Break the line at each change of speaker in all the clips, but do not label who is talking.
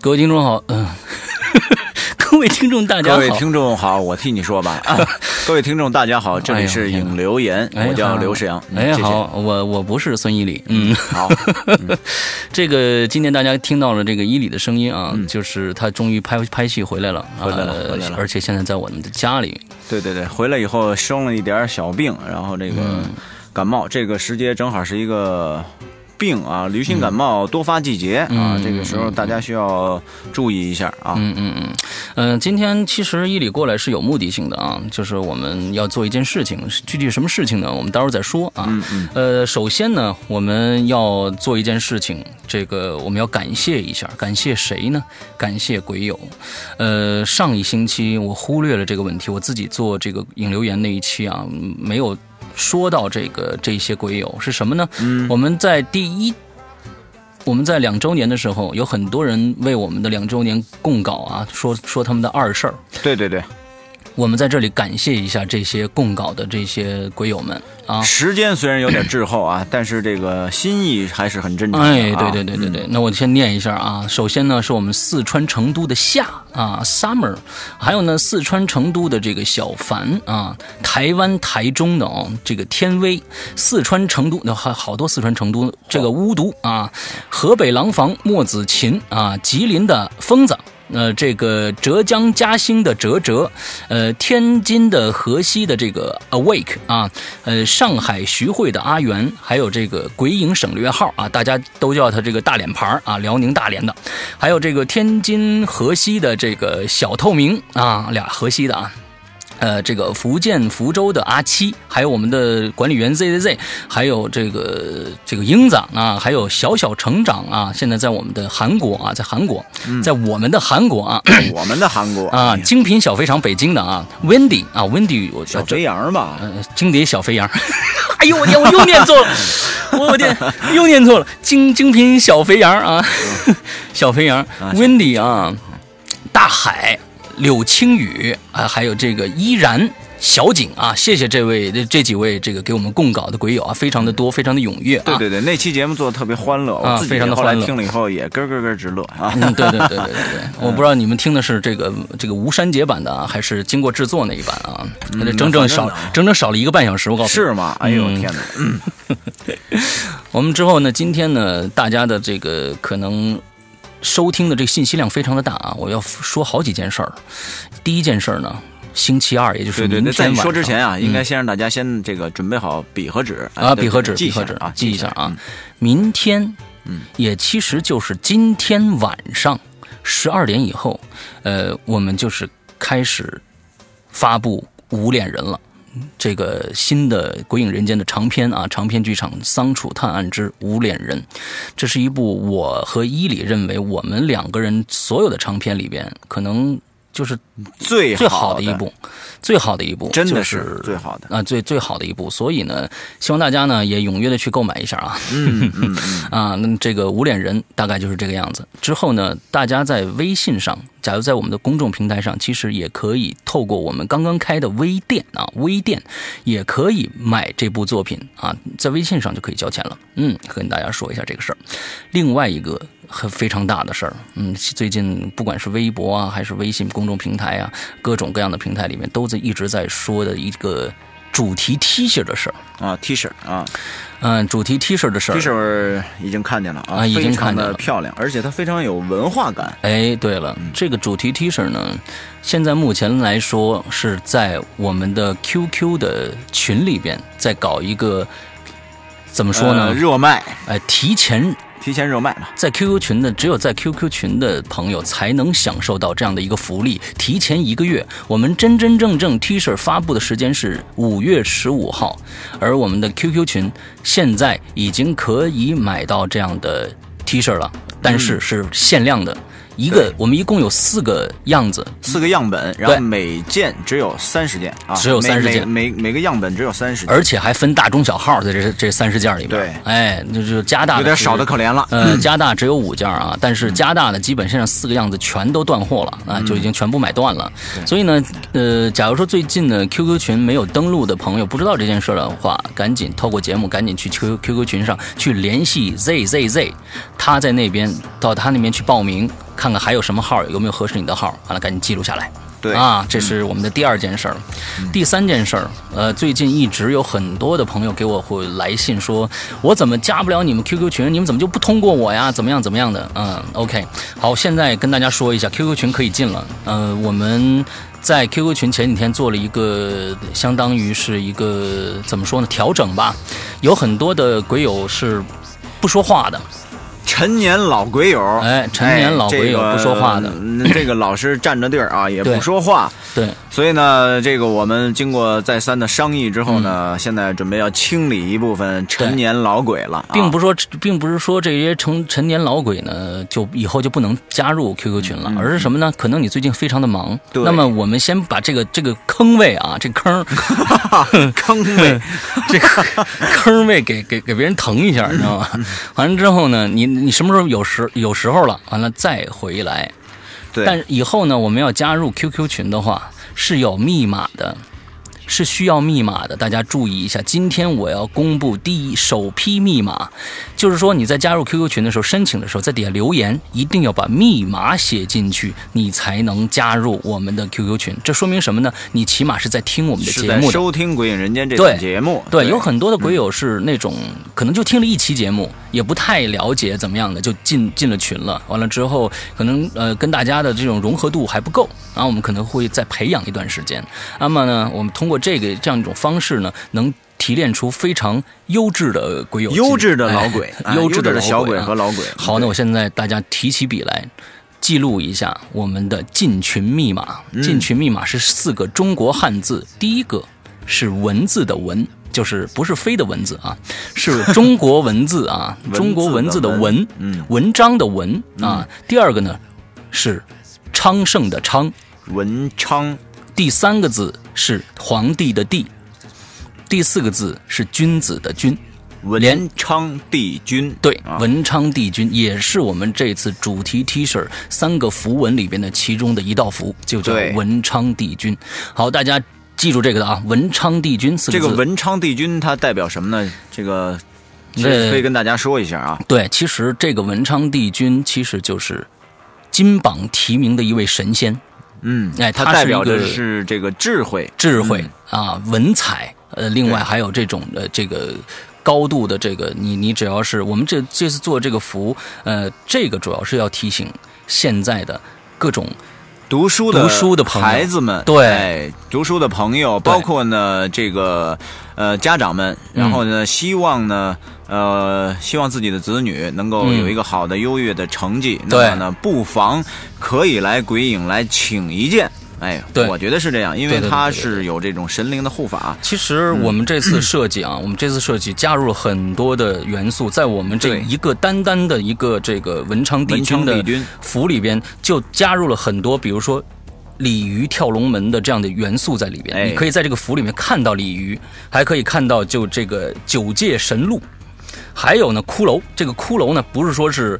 各位听众好，嗯、 各位听众大家
各
好，
位听众好，我替你说 吧。啊、各位听众大家好，这里
哎呦
是
天哪
影留言，
哎
我叫
好
刘世阳。嗯
哎，
谢谢，
好，我我不是孙一礼，嗯，
好，
这个今天大家听到了这个伊里的声音啊，就是他终于拍拍戏回来了，
嗯回来了
呃
回来了
而且现在在我们的家里，
对对对，回来以后生了一点小病，然后这个
嗯
感冒，这个时节正好是一个。病啊，流行感冒多发季节、啊，
嗯
这个时候大家需要注意一下啊。
嗯嗯嗯，嗯、今天其实伊里过来是有目的性的啊，就是我们要做一件事情，具体什么事情呢？我们待会儿再说啊。嗯嗯。呃，首先呢，我们要做一件事情，这个我们要感谢一下，感谢谁呢？感谢鬼友。呃，上一星期我忽略了这个问题，我自己做这个引流言那一期啊，没有说到这个这些鬼友是什么呢？嗯，我们在第一我们在两周年的时候，有很多人为我们的两周年供稿啊，说说他们的二事儿。
对对对，
我们在这里感谢一下这些供稿的这些鬼友们啊！
时间虽然有点滞 后啊，但是这个心意还是很真诚的、啊。
哎，对对对对对，那我先念一下啊。首先呢，是我们四川成都的夏啊，summer，还有呢，四川成都的这个小凡啊，台湾台中的哦，这个天威，四川成都那还好多四川成都这个巫毒啊，河北廊坊莫子琴啊，吉林的疯子。呃，这个浙江嘉兴的哲哲，呃，天津的河西的这个 Awake 啊，呃，上海徐汇的阿元，还有这个鬼影省略号啊，大家都叫他这个大脸盘儿啊，辽宁大连的，还有这个天津河西的这个小透明啊，俩河西的啊，呃，这个福建福州的阿七，还有我们的管理员 Z Z Z，还有这个这个英子啊，还有小小成长啊，现在在我们的韩国啊，在韩国，在我们的韩国啊、
对，嗯我们的韩国哎
啊，精品小肥肠北京的啊，Wendy 啊，Wendy 我
小肥羊吧，
呃，经典小肥羊。 哎呦我天，我 又念错了，我我天又念错了，精精品小肥羊啊， 小肥羊，Wendy 啊，大海，柳青雨啊，还有这个依然。小景啊，谢谢这位这这几位这个给我们供稿的鬼友啊，非常的多，非常的踊跃啊。
对对对，那期节目做的特别欢乐，
啊
我自
非
己
常地
后来
欢乐
听了以后也咯咯咯直乐 啊。
嗯，对对对对对 对，嗯我不知道你们听的是这个这个无删节版的啊，还是经过制作那一版啊？那整整
嗯那
少
反正
整整少了一个半小时，我告诉你。
是吗？哎呦天哪！嗯
我们之后呢，今天呢，大家的这个可能收听的这个信息量非常的大啊，我要说好几件事儿。第一件事儿呢，星期二，也就是
对
明天
对对，
晚
在
上。
你说之前啊，应该先让大家先这个准备好笔和纸
啊，
哎对
笔和纸，
记
笔
一下
和纸
啊，
记一
下
下啊。。明天，嗯，也其实就是今天晚上十二点以后，呃，我们就是开始发布《无脸人》了。这个新的《鬼影人间》的长篇啊，长篇剧场《桑楚探案之无脸人》，这是一部我和伊里认为我们两个人所有的长篇里边，可能就是
最
最
好
好的一，部，最好的一部，
真的
就是
最好的。
啊、最最好的一部。所以呢，希望大家呢也踊跃的去购买一下啊。
嗯嗯嗯，
啊，那么这个无脸人大概就是这个样子。之后呢，大家在微信上，假如在我们的公众平台上，其实也可以透过我们刚刚开的微店啊，微店也可以买这部作品啊，在微信上就可以交钱了。嗯，跟大家说一下这个事儿。另外一个很非常大的事儿，嗯，最近不管是微博啊，还是微信公众平台啊，各种各样的平台里面，都在一直在说的一个主题 T 恤的事儿。
啊，T 恤啊
嗯，主题 T 恤的事儿
，T。恤已经看见了啊，
啊已经
非常
看见
的
了
漂亮，而且它非常有文化感。
哎，对了，
嗯
这个主题 T 恤呢，现在目前来说是在我们的 QQ 的群里边在搞一个，怎么说
呃
呢？
热卖，
哎，提前
提前热卖嘛。
在 QQ 群的，只有在 QQ 群的朋友才能享受到这样的一个福利。提前一个月，我们真真正正 T 恤发布的时间是五月十五号，而我们的 QQ 群现在已经可以买到这样的 T 恤了，但是是限量的。一个，我们一共有四个样子，
四个样本，然后
对
每件只有三十件啊，
只有
每
30
每
件
每每个样本只有三十件，
而且还分大中小号，在这这三十件里面，
对
哎，那就加大
有点
是
少的可怜了。嗯
呃，加大只有五件儿啊，但是加大的基本上四个样子全都断货了啊，就已
嗯
经全部买断了。所以呢，呃，假如说最近呢 QQ 群没有登录的朋友不知道这件事儿的话，赶紧透过节目赶紧去 Q QQ 群上去联系 Z Z Z，他在那边到他那边去报名。看看还有什么号有没有合适你的号，完了赶紧记录下来。
对
啊，这是我们的第二件事儿。第三件事儿，呃，最近一直有很多的朋友给我会来信说，我怎么加不了你们 QQ 群？你们怎么就不通过我呀？怎么样怎么样的？嗯，OK，好，现在跟大家说一下，QQ 群可以进了。呃，我们。在 QQ 群前几天做了一个，相当于是一个怎么说呢，调整吧。有很多的鬼友是不说话的，
陈年老鬼友，
哎陈年老鬼友
哎这个
不说话的
嗯这个老是占着地儿 啊，也
对
不说话。
对，
所以呢，这个我们经过再三的商议之后呢，现在准备要清理一部分陈年老鬼了啊，
并不是说，并不是说这些成陈年老鬼呢，就以后就不能加入 QQ 群了，而是什么呢？可能你最近非常的忙。
嗯对
那么我们先把这个这个坑位啊，这 坑
坑位。
这个坑位给给给别人腾一下，你知道吗？
嗯
完了之后呢，你你什么时候有时有时候了，完了再回来。但
对，
是以后呢，我们要加入 QQ 群的话是有密码的，是需要密码的，大家注意一下。今天我要公布第一首批密码，就是说你在加入 QQ 群的时候，申请的时候在底下留言，一定要把密码写进去，你才能加入我们的 QQ 群。这说明什么呢？你起码是在听我们的
是
节
在
目的。
收听《鬼影人间》这档
对
节目。
对，有很多的鬼友是那种、可能就听了一期节目，也不太了解怎么样的，就进进了群了。完了之后，可能呃跟大家的这种融合度还不够，然后我们可能会再培养一段时间。那么呢，我们通过这个这样一种方式呢，能提炼出非常优质的鬼友进，
优质的老鬼
哎，
啊
优
优
质的
的
老
小
鬼
鬼
啊
和老鬼。
好，那我现在大家提起笔来，记录一下我们的进群密码。
嗯
进群密码是四个中国汉字，第一个是文字的文。就是不是飞的文字啊， 是中国文字啊，
文字的
中国文字的文
文，嗯
文章的文啊。第二个呢是昌盛的昌，
文昌
第三个字是皇帝的帝，第四个字是君子的君。连
文昌帝君，
对，
啊
文昌帝君也是我们这次主题 T 恤三个符文里边的其中的一道符，就叫
对
文昌帝君。好，大家记住这个的啊，文昌帝君四
这
字。
个文昌帝君它代表什么呢？这个其
呃
实可以跟大家说一下啊。
对，其实这个文昌帝君其实就是金榜题名的一位神仙，
嗯，
哎
它
它是
代表
一
的
个
是这个智慧，
智慧、
嗯
啊，文采，呃，另外还有这种呃这个。高度的这个，你你只要是我们这这次做这个服，呃，这个主要是要提醒现在的各种
读书的
读书的朋友
孩子们，
对
哎读书的朋友，包括呢这个呃家长们，然后
嗯
呢希望呢呃希望自己的子女能够
嗯
有一个好的优越的成绩，
对
那么呢不妨可以来鬼影来请一见。哎，
对
我觉得是这样，因为
对对对
它
对对对
是有这种神灵的护法。
啊其实我们这次设计
嗯
啊，我们这次设计加入了很多的元素，在我们这
对
一个单单的一个这个文昌帝君
文
的
昌帝君
符里边，就加入了很多，比如说。鲤鱼跳龙门的这样的元素在里边，
哎
你可以在这个符里面看到鲤鱼，还可以看到就这个九界神鹿，还有呢骷髅。这个骷髅呢，不是说是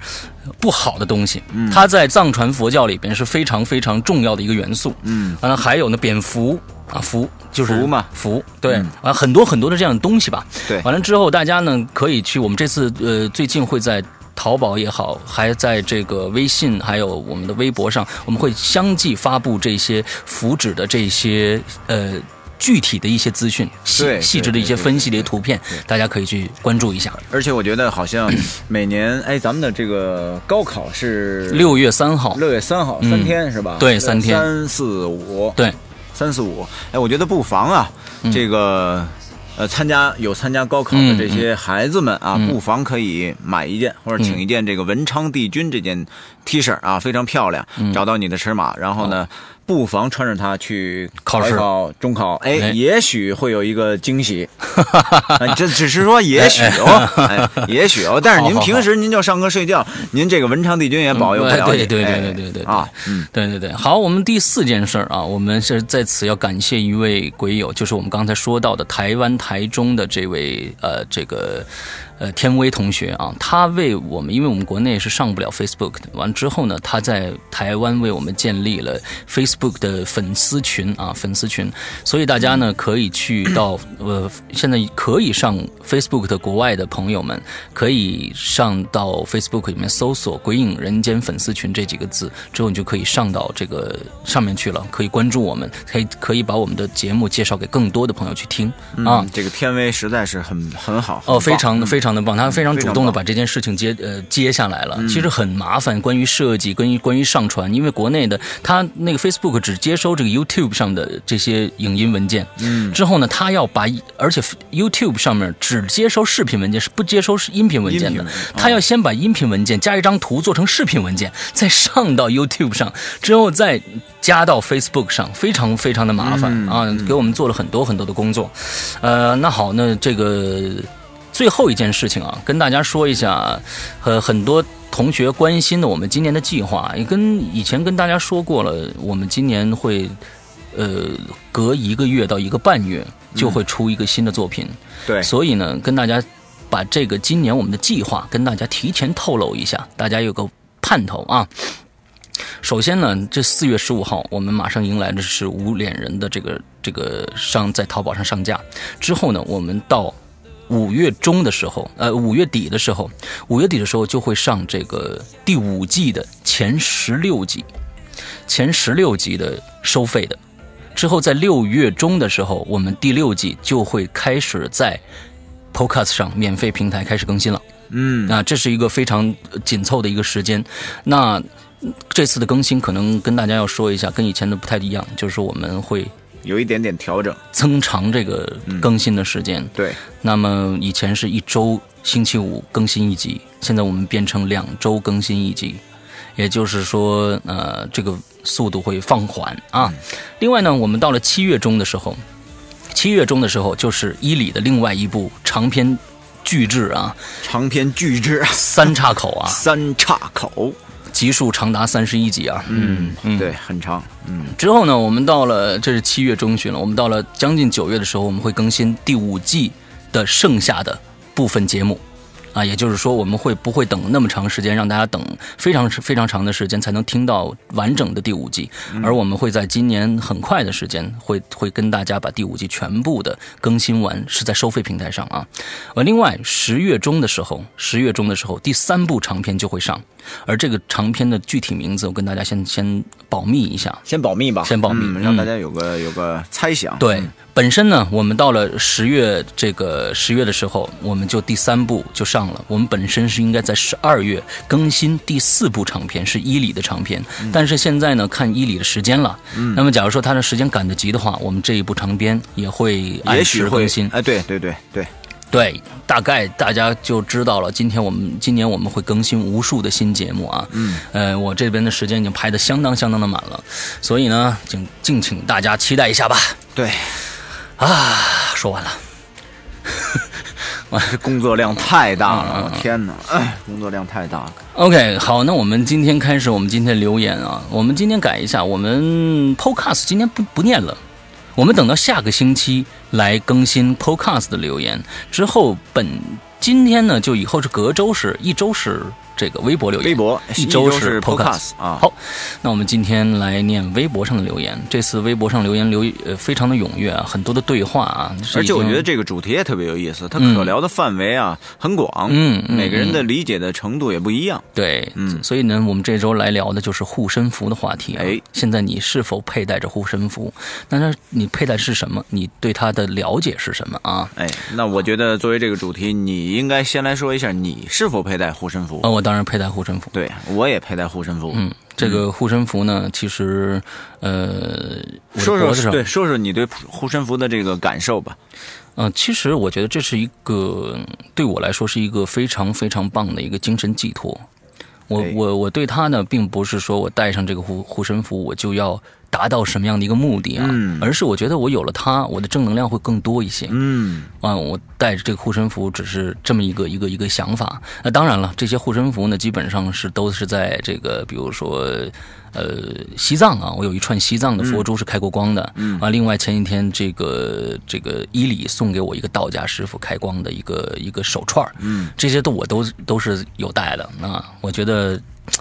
不好的东西，
嗯
它在藏传佛教里边是非常非常重要的一个元素。
嗯，
完了还有呢，蝙蝠啊，蝠就是
蝠嘛
蝠对，完了很多很多的这样的东西吧。
嗯对
完了之后大家呢可以去，我们这次呃最近会在。淘宝也好，还在这个微信，还有我们的微博上，我们会相继发布这些符纸的这些呃具体的一些资讯，细
对
细致的一些
对对对
分析的一些图片，大家可以去关注一下。
而且我觉得好像每年，哎，咱们的这个高考是
六月三号，
六月三号，三天是吧？
嗯对三天
三四五，
对，
三四五。哎，我觉得不妨啊，这个呃，参加有参加高考的
嗯
这些孩子们啊，不妨可以买一件或者请一件这个文昌帝君这件 T 恤啊，非常漂亮。
嗯
找到你的尺码，然后呢，不妨穿着它去
哦考
考一
试
考中考，哎，
哎
也许会有一个 惊喜。哎这只是说也许哦， 哎，也许哦。但是您
好好嗯
平时您就上课睡觉，您这个文昌帝君也保佑不了
对
你。
对对
哎
对对对对
啊，嗯。
对对对，好，我们第四件事儿啊，我们是在此要感谢一位鬼友，就是我们刚才说到的台湾台中的这位呃这个呃天威同学啊，他为我们，因为我们国内是上不了 Facebook 的，完之后呢，他在台湾为我们建立了 Facebook 的粉丝群啊，粉丝群，所以大家呢可以去到呃，现在可以上 Facebook 的国外的朋友们，可以上到 Facebook 里面搜索“鬼影人间粉丝群”这几个字，之后你就可以上到这个上面去了，可以关注我们，可以可以把我们的节目介绍给更多的朋友去听啊。
嗯，这个天威实在是很很好，很
哦，
棒嗯
非常的非常的棒，他非常主动
非常
的
棒嗯
把这件事情接呃接下来了。其实很麻烦，关于设计，关于关于上传，因为国内的他那个 Facebook 只接收这个 YouTube 上的这些影音文件，嗯，之后呢，他要把而且 YouTube 上面只接收视频文件，是不接收音频文件
音频
的
文件，哦
他要先把音频文件加一张图做成视频文件，再上到 YouTube 上，之后再加到 Facebook 上，非常非常的麻烦、
嗯
啊，给我们做了很多很多的工作。呃，那好，那这个最后一件事情啊，跟大家说一下，呃，很多同学关心的我们今年的计划，也跟以前跟大家说过了，我们今年会，呃，隔一个月到一个半月就会出一个新的作品，
对，
所以呢，跟大家把这个今年我们的计划跟大家提前透露一下，大家有个盼头啊。首先呢，这四月十五号，我们马上迎来的是《无脸人》的这个这个上在淘宝上上架。之后呢，我们到五月中的时候，呃，五月底的时候，呃五月底的时候就会上这个第五季的前十六集，前十六集的收费的。之后在六月中的时候，我们第六季就会开始在 Podcast 上免费平台开始更新了。
嗯，
那这是一个非常呃紧凑的一个时间。那嗯这次的更新可能跟大家要说一下，跟以前的不太一样，就是我们会
有一点点调整，
增长这个更新的时间。
对，
那么以前是一周星期五更新一集，现在我们变成两周更新一集，也就是说，呃，这个速度会放缓啊。另外呢，我们到了七月中的时候，七月中的时候就是伊里的另外一部长篇巨制啊，
长篇巨 制啊，
三岔口啊，
三岔口，
集数长达三十一集啊。
嗯，对，很长，嗯，
之后呢，我们到了这是七月中旬了，我们到了将近九月的时候，我们会更新第五季的剩下的部分节目。啊，也就是说，我们会不会等那么长时间，让大家等非常非常长的时间才能听到完整的第五季？而我们会在今年很快的时间会，会跟大家把第五季全部的更新完，是在收费平台上啊。呃，另外十月中的时候，十月中的时候，第三部长片就会上，而这个长片的具体名字，我跟大家先先保密一下。
先保密吧，
先保密
嗯
嗯
让大家有个有个猜想，
对，本身呢，我们到了十月这个十月的时候，我们就第三部就上了。我们本身是应该在十二月更新第四部长片，是伊里的长片。
嗯
但是现在呢，看伊里的时间了。那么，假如说他的时间赶得及的话，我们这一部长片也会
也
按
许
时
会
更新，。
哎，对对对对，
对，大概大家就知道了。今天我们今年我们会更新无数的新节目啊。嗯，呃，我这边的时间已经排得相当相当的满了，所以呢，请敬请大家期待一下吧。
对，
啊，说完了。
这工作量太大
嗯
了，我天哪，哎，工作量太大了，
OK，好，那我们今天开始我们今天的留言啊，我们今天改一下，我们 Podcast 今天不不念了，我们等到下个星期来更新 Podcast 的留言之后，本今天呢就以后是隔周是一周是这个微博留言，
微博
一
周
是
是 Podcast 啊，
好，那我们今天来念微博上的留言，这次微博上留言留呃非常的踊跃啊，很多的对话啊，是
而且我
已经
觉得这个主题也特别有意思，它可聊的范围啊很广，
嗯嗯
每个人的理解的程度也不一样。
对，所以呢，我们这周来聊的就是护身符的话题、啊。
嗯哎
现在你是否佩戴着护身符？那它你佩戴是什么？你对它的了解是什么啊？
哎，那我觉得作为这个主题，你应该先来说一下你是否佩戴护身符。
啊、我当然佩戴护身符。
对我也佩戴护身符。
嗯，这个护身符呢，其实呃，我的
说
脖子
说
上，
对，说说你对护身符的这个感受吧。
嗯、其实我觉得这是一个对我来说是一个非常非常棒的一个精神寄托。我
哎
我我对它呢，并不是说我戴上这个护护身符我就要达到什么样的一个目的啊，
嗯
而是我觉得我有了它，我的正能量会更多一些。
嗯，
啊、我带着这个护身符，只是这么一个一个一个想法。那、当然了，这些护身符呢，基本上是都是在这个，比如说，呃，西藏啊，我有一串西藏的佛珠是开过光的。嗯啊，另外前几天这个这个伊里送给我一个道家师傅开光的一个一个手串嗯，这些都我都都是有带的。啊，我觉得。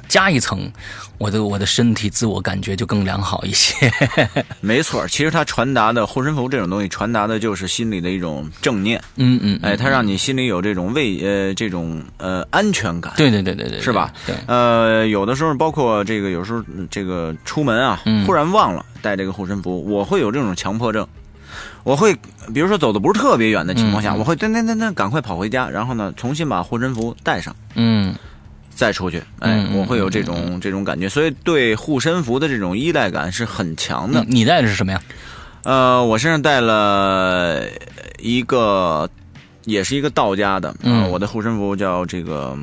加一层，我的我的身体自我感觉就更良好一些。
没错。其实它传达的护身符这种东西，传达的就是心里的一种正念，
嗯嗯，嗯
哎，它让你心里有这种畏呃这种呃安全感。
对对对对对，
是吧
对，
呃，有的时候包括这个，有时候嗯这个出门啊，
嗯
忽然忘了带这个护身符，我会有这种强迫症。我会，比如说走的不是特别远的情
嗯
况下，我会噔噔噔噔赶快跑回家，然后呢，重新把护身符带上，
嗯
再出去。哎，
嗯嗯
我会有这种这种感觉，所以对护身符的这种依赖感是很强
那
的。
你带的是什么呀？
呃，我身上带了一个，也是一个道家的，
嗯
呃我的护身符叫这个，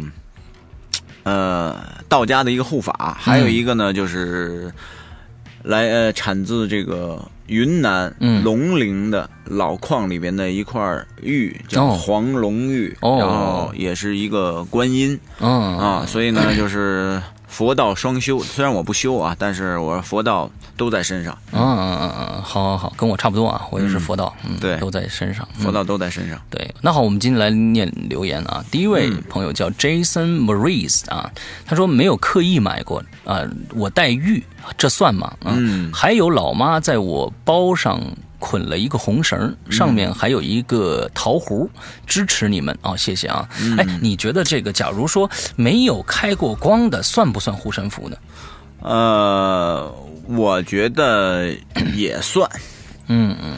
呃，道家的一个护法，还有
嗯
一个呢就是来呃产自这个云南
嗯
龙陵的老矿里边的一块玉，叫
哦
黄龙玉，
哦
然后也是一个观音
嗯
啊，所以 呢就是佛道双修，虽然我不修啊，但是我佛道都在身上。
嗯嗯嗯嗯，好好好，跟我差不多啊，我也是佛道，嗯，
对
都在身上。嗯
佛道都在身上，
对，那好，我们今天来念留言啊。第一位朋友叫 Jason Maris 啊，他说没有刻意买过啊、我带玉，这算吗？啊、
嗯
还有老妈在我包上捆了一个红绳儿，上面还有一个桃核，支持你们啊、谢谢啊。哎，你觉得这个，假如说没有开过光的，算不算护身符呢？
呃，我觉得也算，
嗯
嗯，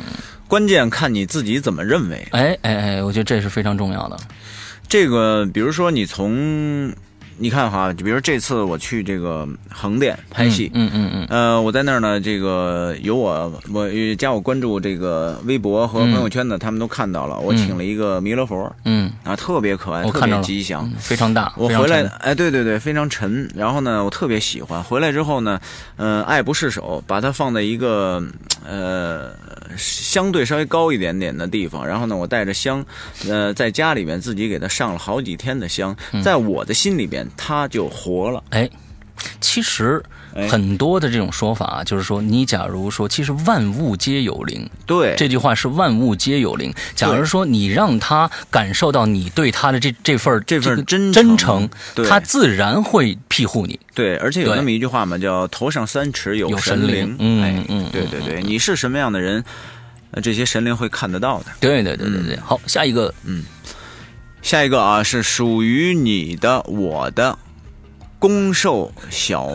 关键看你自己怎么认为。
哎哎哎，我觉得这是非常重要的。
这个，比如说你从，你看哈，比如这次我去这个横店拍戏，
嗯嗯嗯
呃，我在那儿呢，这个有我我加我关注这个微博和朋友圈的，他们都看到了，我请了一个弥勒佛，
嗯，
啊，特别可爱，
我
特
看到
别
了，
吉祥，
嗯非常大。
我
非常
回来
沉，
哎，对对对，非常沉。然后呢，我特别喜欢。回来之后呢，嗯、爱不释手，把它放在一个呃相对稍微高一点点的地方。然后呢，我带着香，呃，在家里面自己给它上了好几天的香，
嗯
在我的心里边，它就活了。
哎，其实
哎
很多的这种说法啊，就是说，你假如说，其实万物皆有灵，
对，
这句话是万物皆有灵。假如说你让他感受到你对他的这这份儿
这份
个
真
真
诚对
他自然会庇护你。
对，而且有
对
那么一句话嘛，叫“头上三尺有
有神灵
灵”
嗯
哎，
嗯
对对对，你是什么样的人，呃这些神灵会看得到的。
对对对对
嗯
对，好，下一个，
下一个啊，是属于你的、我的攻受小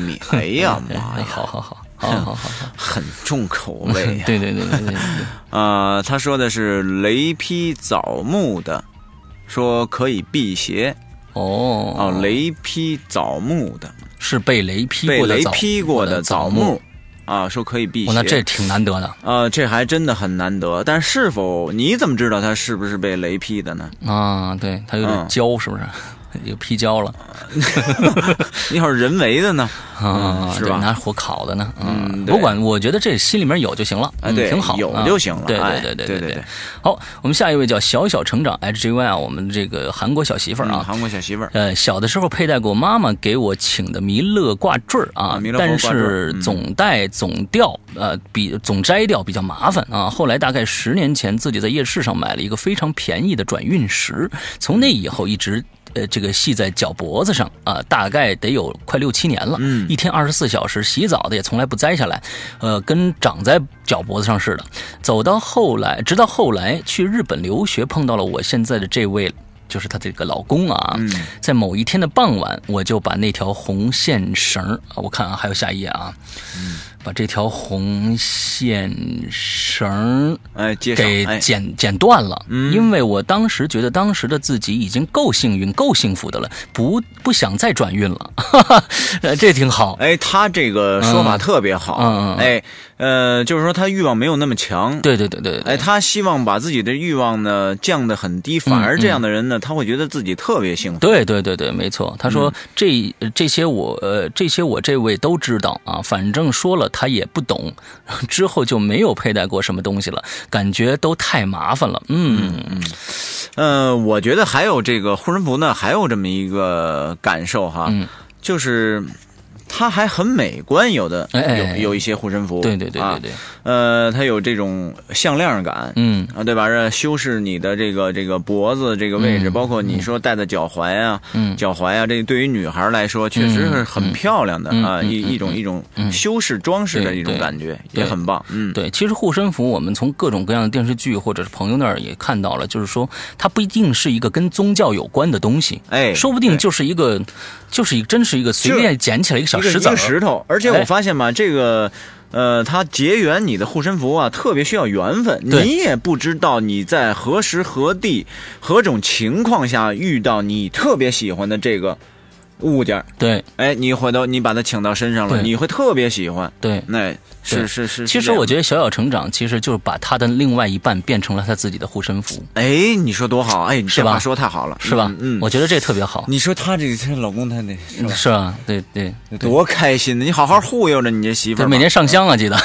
密。哎呀妈
哎，
呀，
好好 好，好好好好，
很重口 味呀、
对对对对对对，对
呃，他说的是雷劈枣木的，说可以辟邪
哦
哦。雷劈枣木的，
是被雷劈
被
过的
雷
枣
劈过的枣
木，
木啊，说可以辟
哦，那这
邪。
挺难得的
呃，这还真的很难得。但是否你怎么知道他是不是被雷劈的呢？
啊，对，它有点
嗯
焦，是不 是？有劈焦了
你要是人为的呢？
啊，
嗯是
对
吧
拿火烤的呢，啊
嗯对
不管，我觉得这心里面有就行了，
哎
嗯
对
挺好，
有
啊
就行了
对
哎
对对
对
对
对对。
好，我们下一位叫小小成长 HGY 啊，我们这个韩国小媳妇儿
嗯，
啊，
韩国小媳妇儿。
呃，小的时候佩戴过妈妈给我请的弥勒挂坠儿啊，
啊弥勒佛
但
挂坠儿
是
嗯
总戴总掉，呃，比总摘掉比较麻烦啊。后来大概十年前，自己在夜市上买了一个非常便宜的转运石，从那以后一直。呃，这个系在脚脖子上啊、大概得有快六七年了。
嗯
一天二十四小时，洗澡的也从来不摘下来，呃，跟长在脚脖子上似的。走到后来，直到后来去日本留学，碰到了我现在的这位，就是她这个老公啊。
嗯
在某一天的傍晚，我就把那条红线绳儿啊，我看啊，还有下一页啊，
嗯
把这条红线绳儿
哎，介绍
给
哎，嗯
剪剪断了，因为我当时觉得当时的自己已经够幸运、够幸福的了，不不想再转运了， 哈哈，呃这挺好。
哎，他这个说法特别好，
嗯嗯嗯
哎，呃，就是说他欲望没有那么强，，
对对对对对，
哎，他希望把自己的欲望呢降得很低，
嗯
反而这样的人呢，他会觉得自己特别幸福，
对对对
嗯
对，没错。他说、这这些我呃这些我这位都知道啊，反正说了他也不懂，之后就没有佩戴过什么东西了，感觉都太麻烦了。嗯嗯，
呃，我觉得还有这个护身符呢，还有这么一个感受哈，
嗯
就是它还很美观，有的
哎哎哎
有有一些护身符，
对对对
啊
对对，
呃，它有这种项链感，
嗯
啊，对吧？这修饰你的这个这个脖子这个位置，
嗯
包括你说戴的脚环啊，
嗯
脚环啊，这对于女孩来说确实是很漂亮的、
嗯
啊，
嗯
一、
嗯
一种一种修饰装饰的一种感觉，
对
也很棒。嗯，
对，其实护身符我们从各种各样的电视剧或者是朋友那儿也看到了，就是说它不一定是一个跟宗教有关的东西，
哎，
说不定就是一个，就是一真是一个随便捡起来一个小
一个
石
一
子
个
儿，
石头，而且
哎
我发现吧，这个。呃，它结缘你的护身符啊，特别需要缘分。
对
你也不知道你在何时何地、何种情况下遇到你特别喜欢的这个物件儿，
对
哎，你回头你把它请到身上了，
对
你会特别喜欢。
对。
那
对
是是是。
其
是
实
这样
我觉得小小成长其实就是把他的另外一半变成了他自己的护身符，
哎，你说多好，哎，你
是
这
吧
话说太好了，
是吧？
嗯，嗯
我觉得这特别好，
你说哎她这这老公他得是吧
是吧？对对对，
多开心呢！你好好忽悠着你这媳妇
对
儿吧，
每年上香啊， 记得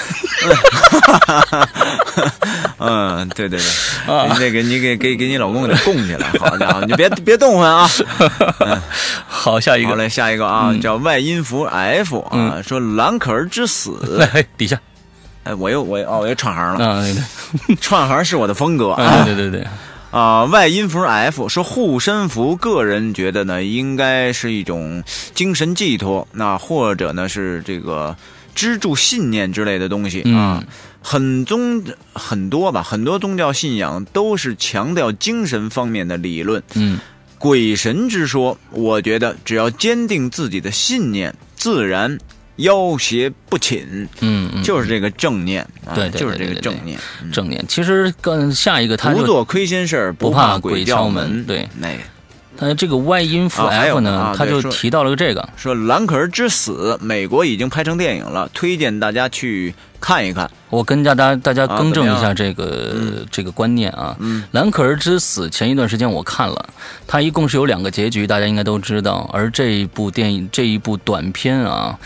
嗯，对对
啊
对，你得给你给给给你老公给他供起来，好家伙，你别别动换啊！
好，下一
好
个，
嘞，下一个
嗯
啊，叫外音符 F 啊，说蓝可儿之 死，
来底下，
哎，我又我又哦，我又串行了，
啊，对对
串行是我的风格啊。
啊 对对对对，
啊、外音符 F 说护身符，个人觉得呢，应该是一种精神寄托，那或者呢是这个支柱信念之类的东西啊。
嗯
很宗很多吧，很多宗教信仰都是强调精神方面的理论，
嗯
鬼神之说。我觉得只要坚定自己的信念，自然要挟不侵，
嗯嗯，
就是这个正念啊，
对对
就是
对
这
对
个
对
正念。嗯
正念。其实跟下一个他
不
说，
做亏心事儿，
不怕
怕
鬼
叫
敲门对，
哎。
他这个 Y 音符
啊还
F
有
呢
啊，
他
对
就
说
提到了这个，
说《蓝可儿之死》，美国已经拍成电影了，推荐大家去看一看。
我跟大家大家
啊
更正一
怎么
下
样嗯
这个、这个观念啊，兰可儿之死》前一段时间我看了，它一共是有两个结局，大家应该都知道。而这一部电影这一部短片啊，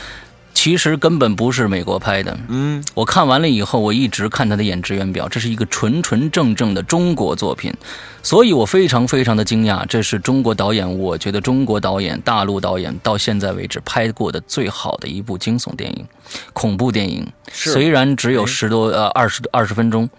其实根本不是美国拍的。
嗯，
我看完了以后，我一直看他的演职员表，这是一个纯纯正正的中国作品，所以我非常非常的惊讶，这是中国导演，我觉得中国导演、大陆导演到现在为止拍过的最好的一部惊悚电影、恐怖电影。
是哎
虽然只有十多呃二十二十分钟，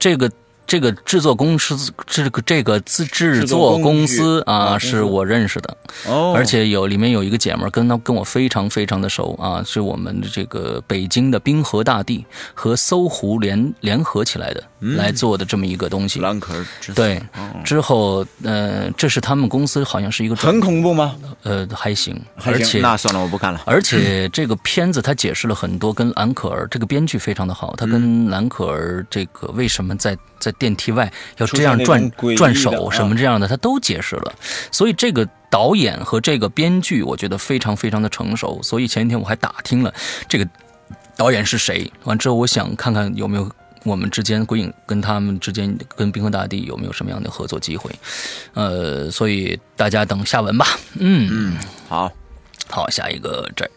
这个。这个制作公司，这个这个自制作公司啊，
公司
是我认识的，
嗯哦，
而且有里面有一个姐们儿跟她跟我非常非常的熟啊，是我们的这个北京的滨河大地和搜狐联联合起来的、来做的这么一个东西。
蓝可儿之死，
对，
嗯哦
之后呃，这是他们公司好像是一个转
很恐怖吗？
呃还行，
还
而
行
且
那算了，我不看了。
而且这个片子他解释了很多，跟兰可儿这个编剧非常的好，他
嗯
跟兰可儿这个为什么在在电梯外要这样转
出现那种诡异的
转手
啊
什么这样的，他都解释了。所以这个导演和这个编剧，我觉得非常非常的成熟。所以前几天我还打听了这个导演是谁，完之后我想看看有没有。我们之间，鬼影跟他们之间，跟冰河大地有没有什么样的合作机会？呃，所以大家等下文吧。嗯，
嗯，好，
好，下一个这儿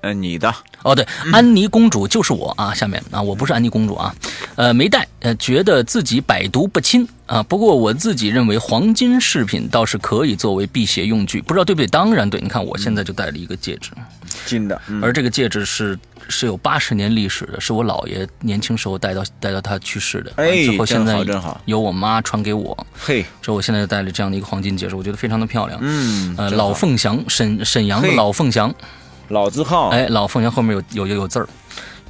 呃，你的
哦，对，
嗯
安妮公主就是我啊。下面啊，我不是安妮公主啊，呃，没带，呃，觉得自己百毒不侵啊。不过我自己认为黄金饰品倒是可以作为辟邪用具，不知道对不对？当然对，你看我现在就戴了一个戒指，
金的，嗯
而这个戒指是是有八十年历史的，是我姥爷年轻时候戴到戴到他去世的，
哎
之后现
真
在
好真好
由我妈传给我，
嘿，
之后我现在就戴了这样的一个黄金戒指，我觉得非常的漂亮。
嗯，
呃，
真
老
好
凤祥，沈沈阳的
嘿
老凤祥，
老字号，
哎，老凤祥后面有有有有字儿，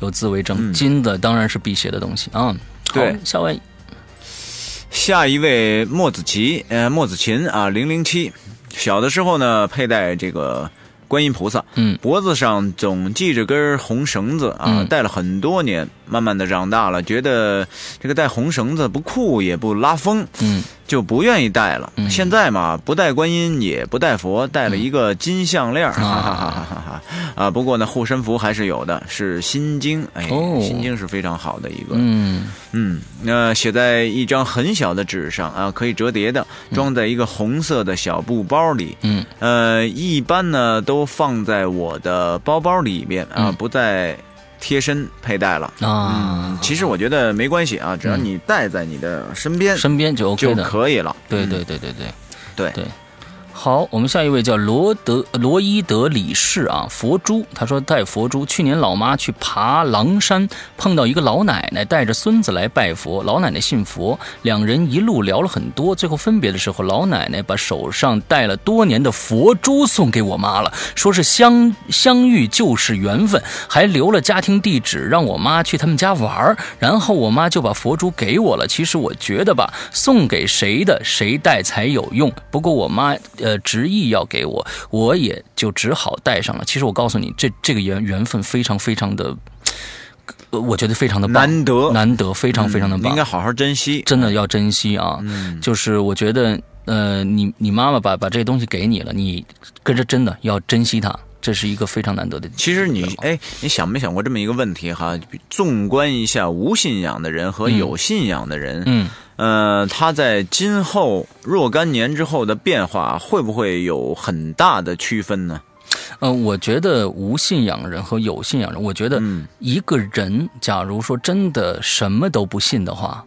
有字为证。金的当然是辟邪的东西啊。好
嗯对
下位
下一位莫子琪，呃，莫子琴啊，零零七，小的时候呢，佩戴这个观音菩萨，
嗯
脖子上总系着根红绳子啊，
嗯
戴了很多年，慢慢的长大了，觉得这个戴红绳子不酷也不拉风，
嗯，
就不愿意戴
嗯
了。现在嘛，不戴观音也不戴佛，戴了一个金项链儿，哈哈哈哈哈哈！啊。不过呢，护身符还是有的，是心经，哎，
哦
心经是非常好的一个，
嗯，
嗯，那写在一张很小的纸上啊，可以折叠的，装在一个红色的小布包里。
嗯，
呃，一般呢都放在我的包包里边啊，
嗯
不再贴身佩戴了。
啊，
其实我觉得没关系啊，只要你带在你的身边
嗯身边就 OK
嗯就
的，
可以了。
对
嗯
对对对对
对
对。好，我们下一位叫罗德罗伊德里士啊，佛珠。他说带佛珠，去年老妈去爬狼山，碰到一个老奶奶带着孙子来拜佛，老奶奶信佛，两人一路聊了很多。最后分别的时候，老奶奶把手上戴了多年的佛珠送给我妈了，说是相相遇就是缘分，还留了家庭地址让我妈去他们家玩儿。然后我妈就把佛珠给我了。其实我觉得吧，送给谁的谁戴才有用。不过我妈呃执意要给我，我也就只好戴上了。其实我告诉你，这这个缘缘分非常非常的，呃我觉得非常的棒
难得，
难得，非常非常的
嗯
棒
应该，好好珍惜。
真的要珍惜啊。
嗯，
就是我觉得，呃，你你妈妈把把这东西给你了，你跟着真的要珍惜它，这是一个非常难得的。
其实你哎，你想没想过这么一个问题哈？纵观一下无信仰的人和有信仰的人，
嗯，
呃，它在今后若干年之后的变化，会不会有很大的区分呢？
呃，我觉得无信仰人和有信仰人，我觉得
嗯
一个人假如说真的什么都不信的话，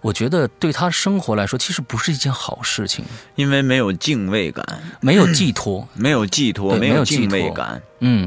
我觉得对他生活来说其实不是一件好事情，
因为没有敬畏感，
没有寄托。
没有寄托，
对没
有
有寄
敬畏
托
感。
嗯，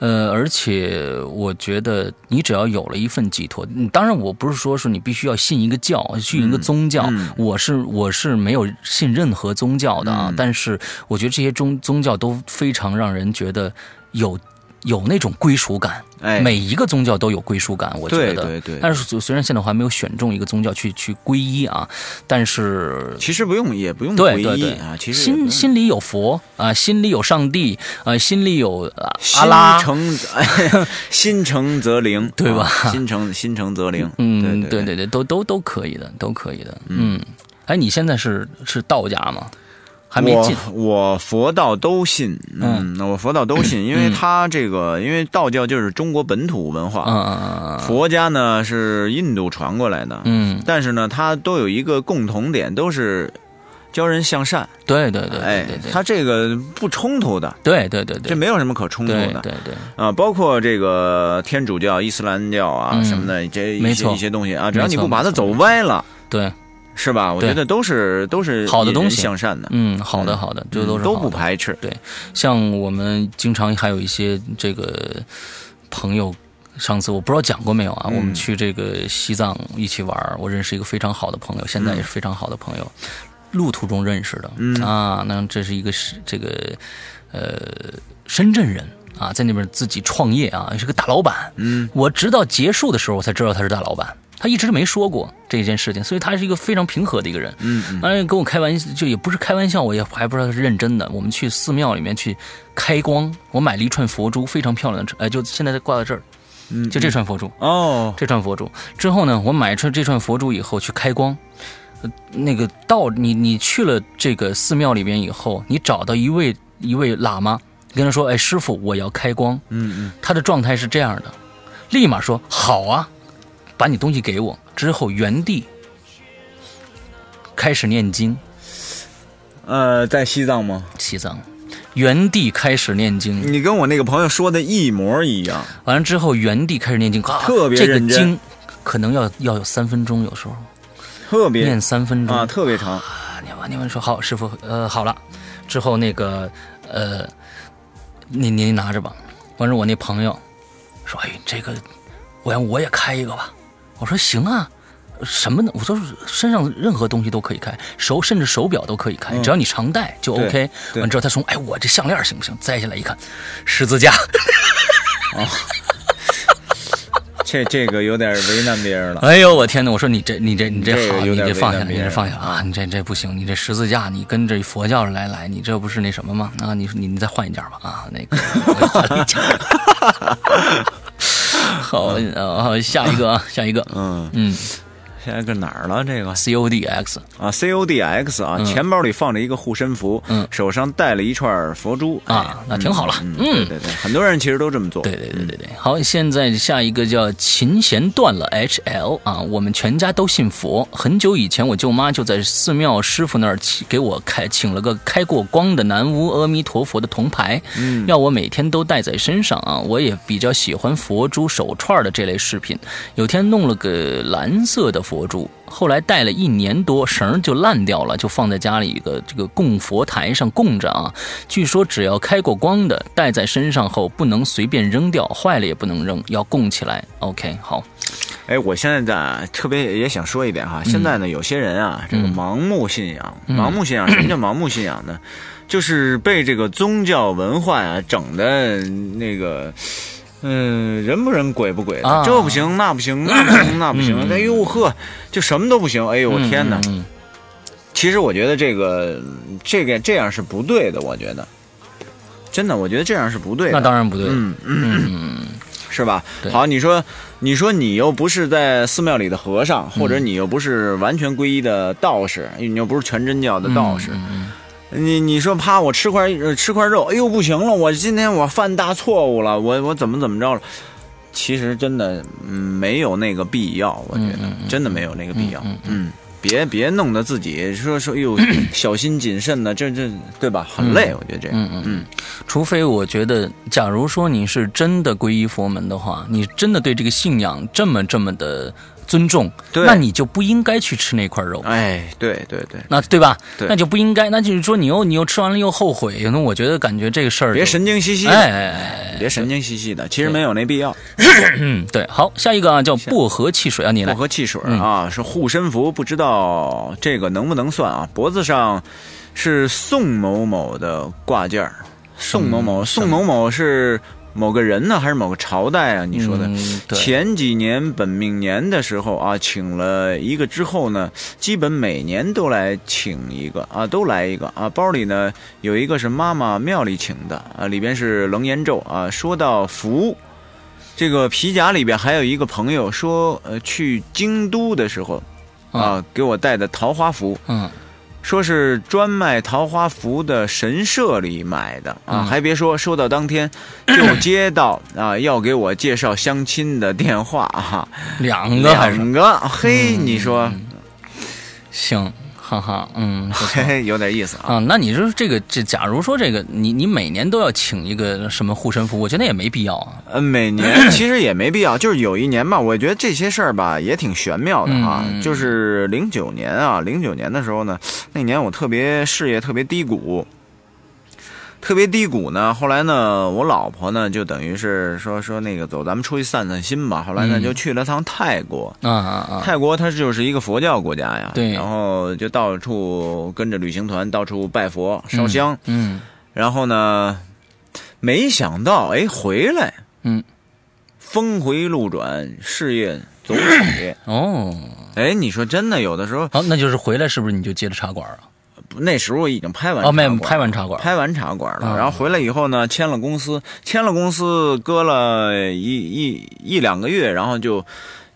呃，而且我觉得你只要有了一份寄托，嗯当然我不是说是你必须要信一个教，信一个宗教，
嗯
我是我是没有信任何宗教的啊，
嗯
但是我觉得这些宗宗教都非常让人觉得有有那种归属感，
哎，
每一个宗教都有归属感，我觉
对
得。
对对
但是虽然现在我还没有选中一个宗教去去皈依啊，但是
其实不用，也不用
对
回
对
忆
对
嗯啊。其实也不
心
用
心里有佛啊、心里有上帝啊、心里有、啊阿
心
拉。
诚， 心诚则灵，
对吧
啊心诚心诚则灵。
嗯，
对
对对，都都都可以的，都可以的。嗯，哎，你现在是是道家吗？还没进。
我我佛道都信，嗯，我佛道都 信，因为它这个，因为道教就是中国本土文
嗯
化，
嗯嗯
佛家呢是印度传过来的，
嗯，嗯
但是呢，它都有一个共同点，都是教人向善。
对对对
哎
对对，对，
它这个不冲突的，
对对对对，
这没有什么可冲突
对
的
对对，
啊。包括这个天主教、伊斯兰教啊
嗯
什么的，这一
没
些
错
一些东西啊，只要
没
你
错
不把它
没错
走歪了，
对，
是吧？我
对
觉得都是都是
好的
引人
东西
向善的，
嗯，好的好的，这都是
嗯都
好
不
的
排斥。
像我们经常还有一些这个朋友，上次我不知道讲过没有啊？
嗯
我们去这个西藏一起玩儿，我认识一个非常好的朋友，现在也是非常好的朋友，路途中认识的、
嗯
啊。那这是一个是这个呃深圳人啊，在那边自己创业啊，是个大老板。
嗯，
我直到结束的时候，我才知道他是大老板。他一直没说过这件事情，所以他是一个非常平和的一个人。
嗯嗯
当然跟我开玩笑，就也不是开玩笑，我也还不知道他是认真的。我们去寺庙里面去开光，我买了一串佛珠，非常漂亮的串，呃，就现在挂在这儿，
嗯，
就这串佛珠，
哦，
这串佛珠。之后呢，我买串这串佛珠以后去开光，呃那个到你你去了这个寺庙里边以后，你找到一位一位喇嘛，你跟他说，哎，师傅，我要开光。
嗯
他的状态是这样的，立马说好啊，把你东西给我。之后原地开始念经。
嗯，呃，在西藏吗？
西藏，原地开始念经，
你跟我那个朋友说的一模一样，
完了之后原地开始念经，啊、
特别
这个
认真
经可能要要有三分钟，有时候
特别
念三分钟
啊，特别长。
啊念完念完说好，师傅，呃，好了，之后那个，呃，你你拿着吧。完了，我那朋友说，哎，这个，我要我也开一个吧。我说行啊，什么呢？我说身上任何东西都可以开，手甚至手表都可以开，只要你常戴就
对
OK。
对
完之后他说，哎，我这项链行不行？摘下来一看，十字架。
这这个有点为难别人了。
哎呦，我天哪！我说你这你这你
这
这
个
好，
有
你
点
这
为
放下
难
来，
别
你这
人
放下啊！你这这不行，你这十字架，你跟着佛教来来，你这不是那什么吗？啊，你你你再换一件吧啊，那个我再换一件。 好，呃，好，下一个啊，下一个，
嗯，
嗯，
现在搁哪儿了？这个
C O D X
啊，C O D X 啊，钱包里放着一个护身符，
嗯
手上戴了一串佛珠
啊
哎
那挺好了
嗯，
嗯
对对对，很多人其实都这么做，
对对对对对，好，现在下一个叫琴弦断了 H L 啊，我们全家都信佛。很久以前，我舅妈就在寺庙师傅那儿请给我开请了个开过光的南无阿弥陀佛的铜牌，要我每天都带在身上啊。我也比较喜欢佛珠手串的这类饰品，有天弄了个蓝色的佛珠，后来戴了一年多，绳儿就烂掉了，就放在家里一个这个供佛台上供着啊。据说只要开过光的，戴在身上后不能随便扔掉，坏了也不能扔，要供起来。OK，好，
哎，我现在在特别也想说一点哈，
嗯
现在呢，有些人啊，这个盲目信仰，盲目信仰，什么叫盲目信仰
嗯
呢？就是被这个宗教文化啊整的那个。嗯，人不人鬼不鬼的，
啊
这不行那不行，那不行那不行，哎呦呵，就什么都不行，哎呦我天哪！
嗯
其实我觉得这个这个这样是不对的，我觉得，真的，我觉得这样是不对的。
那当然不对。
嗯，
嗯，
是吧
对？
好，你说，你说你又不是在寺庙里的和尚，或者你又不是完全皈依的道士，你又不是全真教的道士，
嗯
你你说啪，我吃块呃吃块肉，哎呦不行了，我今天我犯大错误了，我我怎么怎么着了？其实真的，嗯，没有那个必要，我觉得、真的没有那个必要，嗯。别别弄得自己说说哟，小心谨慎的，这这对吧？很累，我觉得这样。嗯
除非我觉得，假如说你是真的皈依佛门的话，你真的对这个信仰这么这么的尊重，
对
那你就不应该去吃那块肉。
哎，对对对，
那对吧？
对
那就不应该。那就是说，你又你又吃完了又后悔，那我觉得感觉这个事儿就
别神经兮兮的，
哎哎哎，
别神经兮兮的，其实没有那必要。
嗯，对。好，下一个啊，叫薄荷汽水啊，你
薄
来。
荷汽水啊，是护身符，不知道这个能不能算啊？脖子上是宋某某的挂件儿，宋某
嗯
某，宋某某是某个人呢，还是某个朝代啊？你说的？
嗯、对，
前几年本命年的时候啊，请了一个之后呢，基本每年都来请一个啊，都来一个啊。包里呢有一个是妈妈庙里请的啊，里边是楞严咒啊。说到福，这个皮夹里边还有一个朋友说，呃，去京都的时候啊，给我带的桃花符，
嗯，
说是专卖桃花符的神社里买的啊，
嗯
还别说，收到 当天就接到啊要给我介绍相亲的电话啊，
两个还是嗯
两个，嘿，你说，
行，哈哈，嗯，不错
嘿嘿， 有点意思啊。
啊，那你就是这个，这假如说这个，你你每年都要请一个什么护身符，我觉得也没必要啊。
呃，每 年其实也没必要，就是有一年吧，我觉得这些事儿吧也挺玄妙的啊。
嗯
就是零九年啊，零九年的时候呢，那年我特别事业特别低谷，特别低谷呢。后来呢，我老婆呢就等于是说说那个走，咱们出去散散心吧。后来呢，
嗯
就去了趟泰国。
啊啊
泰国它就是一个佛教国家呀，
对
然后就到处跟着旅行团到处拜佛烧香，
啊，嗯
然后呢，没想到哎回来，
嗯，
峰回路转，事业走 起。
哦，
哎，你说真的，有的时候
好，那就是回来是不是你就接着茶馆啊？
那时候我已经拍完
哦，没有
茶馆
拍完茶馆，
拍完茶馆了，
啊
然后回来以后呢，签了公司，签了公司，搁了一一一两个月，然后就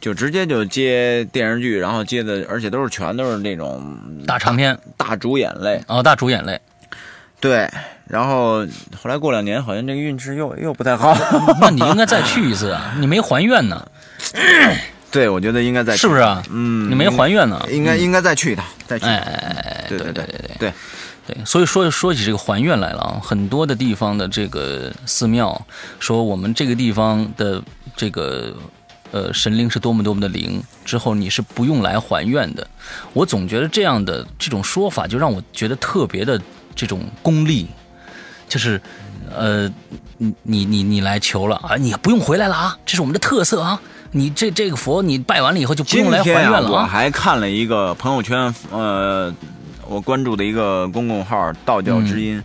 就直接就接电视剧，然后接的，而且都是全都是那种
大长篇
大主演类，
哦，大主演类，
对。然后后来过两年，好像这个运势又又不 太好。
那你应该再去一次啊，你没还愿呢，
对，我觉得应该再去
是不是啊？
嗯，
你没还愿呢，
应该应该再去一趟，再去一趟。
哎哎哎哎，
嗯对对对对，
对，所以说说起这个还愿来了啊，很多的地方的这个寺庙说我们这个地方的这个呃神灵是多么多么的灵，之后你是不用来还愿的。我总觉得这样的这种说法就让我觉得特别的这种功利，就是呃你你你你来求了啊，你不用回来了啊，这是我们的特色啊。你这这个佛你拜完了以后就不
今
用来还
天
愿
啊，
了
我
啊。
还看了一个朋友圈，呃，我关注的一个公共号“道教之音”，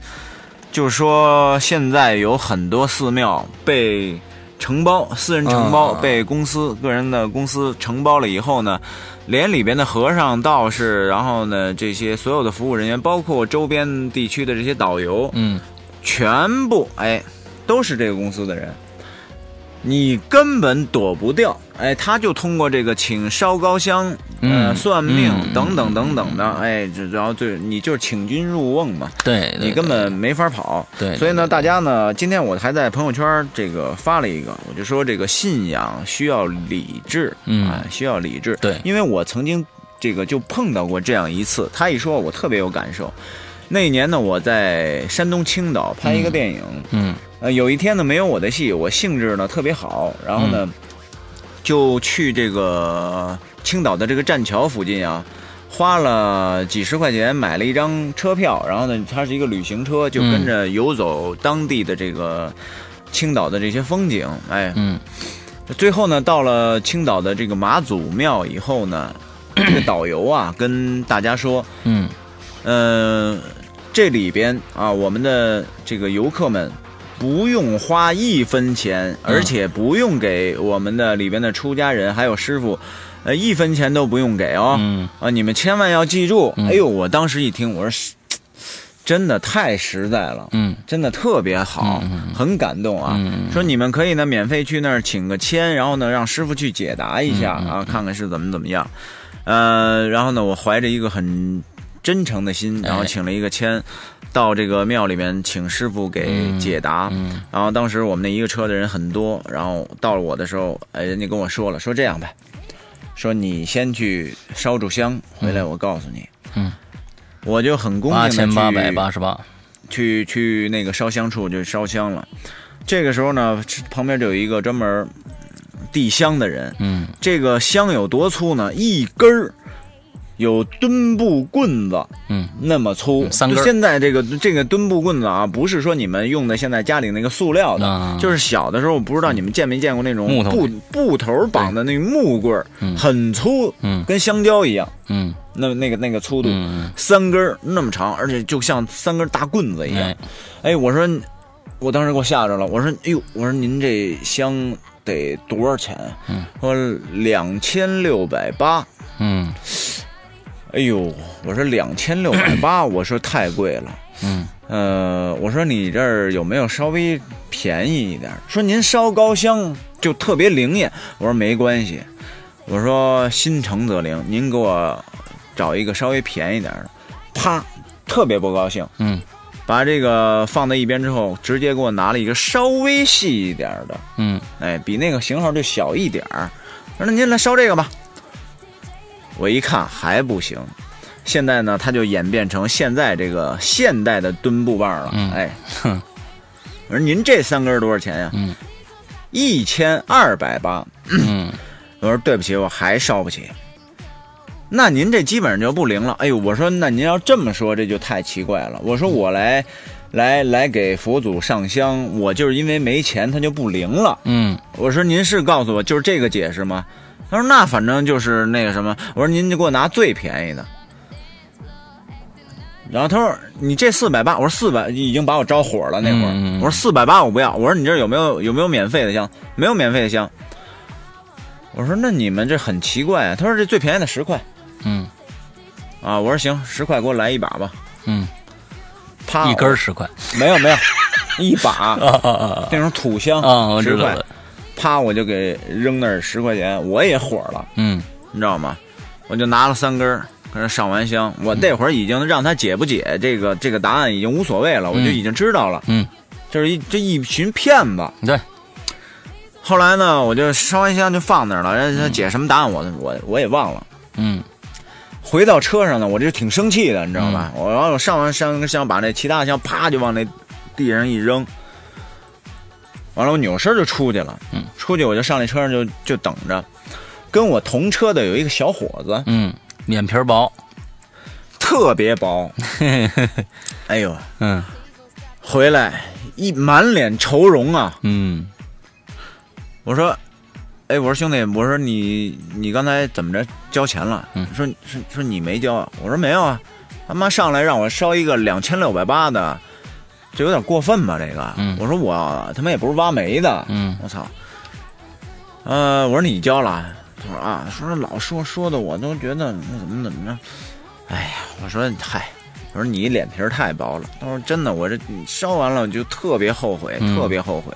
就是说现在有很多寺庙被承包，私人承包、
嗯嗯嗯
被公司、个人的公司承包了以后呢，连里边的和尚、道士，然后呢这些所有的服务人员，包括周边地区的这些导游，
嗯
全部哎都是这个公司的人。你根本躲不掉。哎，他就通过这个请烧高香、呃
嗯
算命、
嗯
等等等等的，哎，这然后对你就是请君入瓮嘛，
对，对
你根本没法跑。
对对
所以呢，大家呢，今天我还在朋友圈这个发了一个，我就说这个信仰需要理智，
嗯
啊，需要理智。
对
因为我曾经这个就碰到过这样一次，他一说，我特别有感受。那一年呢，我在山东青岛拍一个电影，
嗯
呃，有一天呢没有我的戏，我兴致呢特别好，然后呢、就去这个青岛的这个栈桥附近啊，花了几十块钱买了一张车票，然后呢它是一个旅行车，就跟着游走当地的这个青岛的这些风景，哎，
嗯
最后呢，到了青岛的这个妈祖庙以后呢， 这个导游啊跟大家说，
嗯
呃，这里边啊，我们的这个游客们不用花一分钱，而且不用给我们的里边的出家人还有师傅，呃，一分钱都不用给哦。
嗯
啊，你们千万要记住。哎呦，我当时一听，我说，真的太实在了。
嗯
真的特别好，很感动啊！说你们可以呢免费去那儿请个签，然后呢让师傅去解答一下、
嗯
啊，看看是怎么怎么样。呃，然后呢，我怀着一个很真诚的心，
哎
然后请了一个签，到这个庙里面请师傅给解答。
嗯
然后当时我们那一个车的人很多，然后到了我的时候，哎，人家跟我说了，说这样吧，说你先去烧炷香，回来我告诉你。
嗯
我就很恭敬
八
的去
千八百八十八，
去去那个烧香处就烧香了。这个时候呢，旁边就有一个专门递香的人。
嗯
这个香有多粗呢？一根儿有墩布棍子
嗯
那么粗。
嗯三根儿
就现在这个这个墩布棍子啊，不是说你们用的现在家里那个塑料的，
啊
就是小的时候，不知道你们见没见过那种
木头
布布头绑的那木棍儿，
嗯
很粗，
嗯
跟香蕉一样，
嗯
那那个那个粗度。
嗯，
三根儿那么长，而且就像三根大棍子一样
哎。
哎，我说，我当时给我吓着了。我说，哎呦，我说您这香得多少钱？啊
嗯，
说两千六百八。
嗯
哎呦，我说两千六百八，我说太贵了。
嗯
呃，我说你这儿有没有稍微便宜一点儿？说您烧高香就特别灵验。我说没关系，我说心诚则灵，您给我找一个稍微便宜点儿的。啪，特别不高兴，
嗯
把这个放在一边之后，直接给我拿了一个稍微细一点儿的，
嗯
哎，比那个型号就小一点儿。我说那您来烧这个吧。我一看还不行，现在呢，它就演变成现在这个现代的墩布棒了。
嗯
哎，
哼
我说您这三根儿多少钱呀？
嗯
一千二百八。
嗯
我说对不起，我还烧不起。那您这基本上就不灵了。哎呦，我说那您要这么说，这就太奇怪了。我说我来，来来给佛祖上香，我就是因为没钱，它就不灵了。
嗯
我说您是告诉我就是这个解释吗？他说那反正就是那个什么。我说您就给我拿最便宜的。然后他说你这四百八，我说四百已经把我招火了那会儿。
嗯嗯嗯
我说四百八我不要。我说你这有没有有没有免费的香？没有免费的香。我说那你们这很奇怪啊。他说这最便宜的十块
嗯
啊。我说行，十块给我来一把吧。
嗯，
啪，
一根儿十块
没有没有，一 把
啊啊啊
那种土香
啊！我
十
知道
块
了，，
啪我就给扔那儿十块钱，我也火了。
嗯
你知道吗？我就拿了三根儿，跟那上完香。我那会儿已经让他解不解这个这个答案已经无所谓了，我就已经知道了。
嗯，
就是一这一群骗子。
对，
后来呢，我就烧完香就放那儿了，人家解什么答案我我我也忘了。
嗯
回到车上呢，我就挺生气的，你知道吧？
嗯
我然后我上完香香，把那其他的香啪就往那地上一扔，完了我扭身就出去了。
嗯，
出去我就上那车上就就等着，跟我同车的有一个小伙子，
嗯，脸皮儿薄，
特别 薄，
嘿嘿嘿，
哎呦，
嗯
回来一满脸愁容啊！
嗯
我说，哎，我说兄弟，我说你你刚才怎么着交钱了？
嗯
说说说你没交啊？我说没有啊，他妈上来让我烧一个两千六百八的，这有点过分吧？这个，
嗯
我说我他妈也不是挖煤的，
嗯
我操，呃，我说你交了，他说啊，说老说说的我都觉得那怎么怎么着，哎呀，我说嗨，我说你脸皮儿太薄了，他说真的，我这烧完了就特别后悔，
嗯
特别后悔，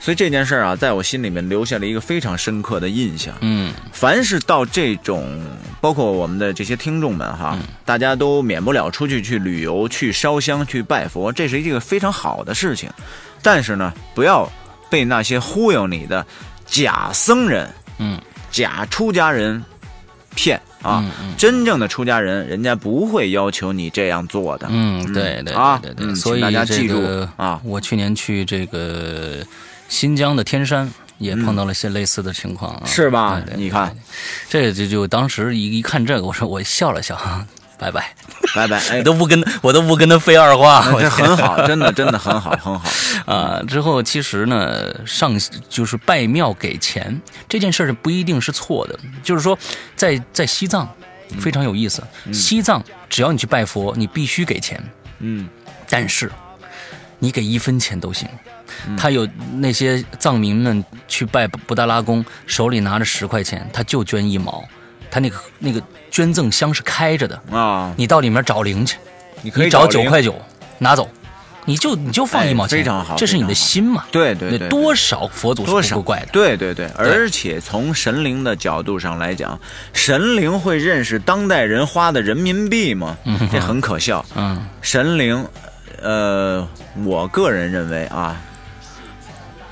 所以这件事儿啊，在我心里面留下了一个非常深刻的印象。
嗯
凡是到这种，包括我们的这些听众们哈，
嗯
大家都免不了出去去旅游、去烧香、去拜佛，这是一个非常好的事情。但是呢，不要被那些忽悠你的假僧人、
嗯
假出家人骗啊！
嗯嗯
真正的出家人，人家不会要求你这样做的。
嗯，对对
啊
对对对，
嗯
所以
请大家
这
记住
个
啊
我去年去这个新疆的天山。也碰到了一些类似的情况啊，
是吧
对？对
你看，
这就就当时一一看这个，我说我笑了笑，拜拜，
拜 拜，哎
我，都不跟我都不跟他废二话，我
啊这很好，真的，真的很好，很好。
啊，之后其实呢，上就是拜庙给钱这件事儿不一定是错的，就是说在在西藏非常有意思，西藏只要你去拜佛，你必须给钱，
嗯，
但是你给一分钱都行。
嗯
他有那些藏民们去拜布达拉宫，手里拿着十块钱，他就捐一毛，他那个那个捐赠箱是开着的，
啊，
你到里面找零去，
你可
你
以
找九
零
块，九拿走，你就你就放一毛钱，
哎非常好
这是你的心嘛？
对对对，对
多少佛祖
多
是
少
不怪的，
对对对，而且从神灵的角度上来讲，神灵会认识当代人花的人民币吗？这很可笑。
嗯
神灵，呃，我个人认为啊，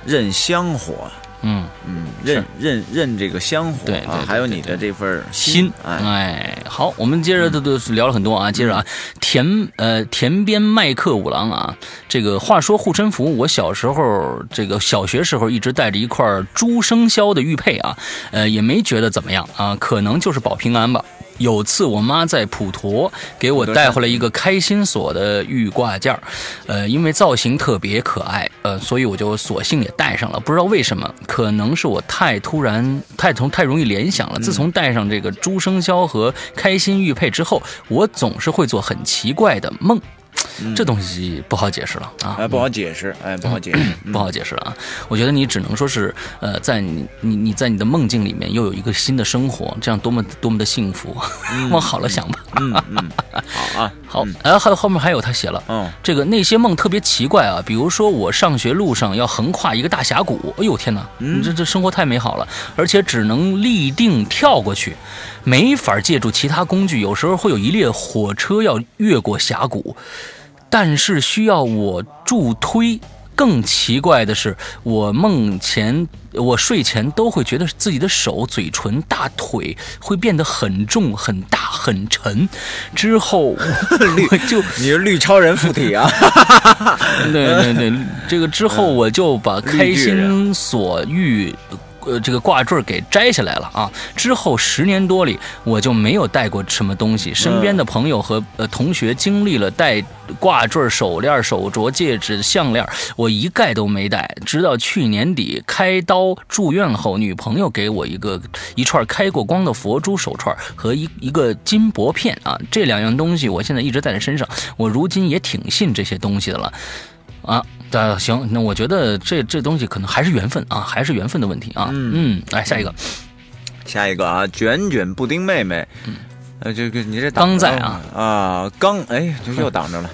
认香火，
嗯，
嗯，认认认这个香火
对对
啊
对，
还有你的这份
心
哎，嗯
哎，好，我们接着都都聊了很多啊，接着啊，田呃田边麦克五郎啊，这个话说护身符，我小时候这个小学时候一直带着一块猪生肖的玉佩啊，呃也没觉得怎么样啊，可能就是保平安吧。有次我妈在普陀给我带回来一个开心锁的玉挂件儿呃，因为造型特别可爱，呃，所以我就索性也戴上了。不知道为什么，可能是我太突然、太从太容易联想
嗯
了。自从戴上这个朱生肖和开心玉佩之后，我总是会做很奇怪的梦。
嗯
这东西不好解释了啊！
哎，不好解释，哎，不好解释， 嗯
不好解释了啊！我觉得你只能说是，呃，在你你你在你的梦境里面又有一个新的生活，这样多么多么的幸福！ 往好了想吧。
嗯嗯，好啊，
好，哎，还有后面还有他写了，
嗯，
这个那些梦特别奇怪啊，比如说我上学路上要横跨一个大峡谷，哎呦天哪，这这生活太美好了，而且只能立定跳过去，没法借助其他工具，有时候会有一列火车要越过峡谷，但是需要我助推。更奇怪的是，我梦前、我睡前都会觉得自己的手、嘴唇、大腿会变得很重、很大、很沉，之后我就
你是绿超人附体啊，
对对对，这个之后我就把开心所欲。呃，这个挂坠给摘下来了啊！之后十年多里，我就没有带过什么东西。身边的朋友和呃同学经历了戴挂坠、手链、手镯、戒指、项链，我一概都没戴。直到去年底开刀住院后，女朋友给我一个一串开过光的佛珠手串和一一个金箔片啊，这两样东西我现在一直带在身上。我如今也挺信这些东西的了。啊，那行，那我觉得这这东西可能还是缘分啊，还是缘分的问题啊。嗯，来下一个，
下一个啊，卷卷布丁妹妹，呃，这个你这
嗯
挡
刚
着
在
了啊，刚哎，这 又挡着了，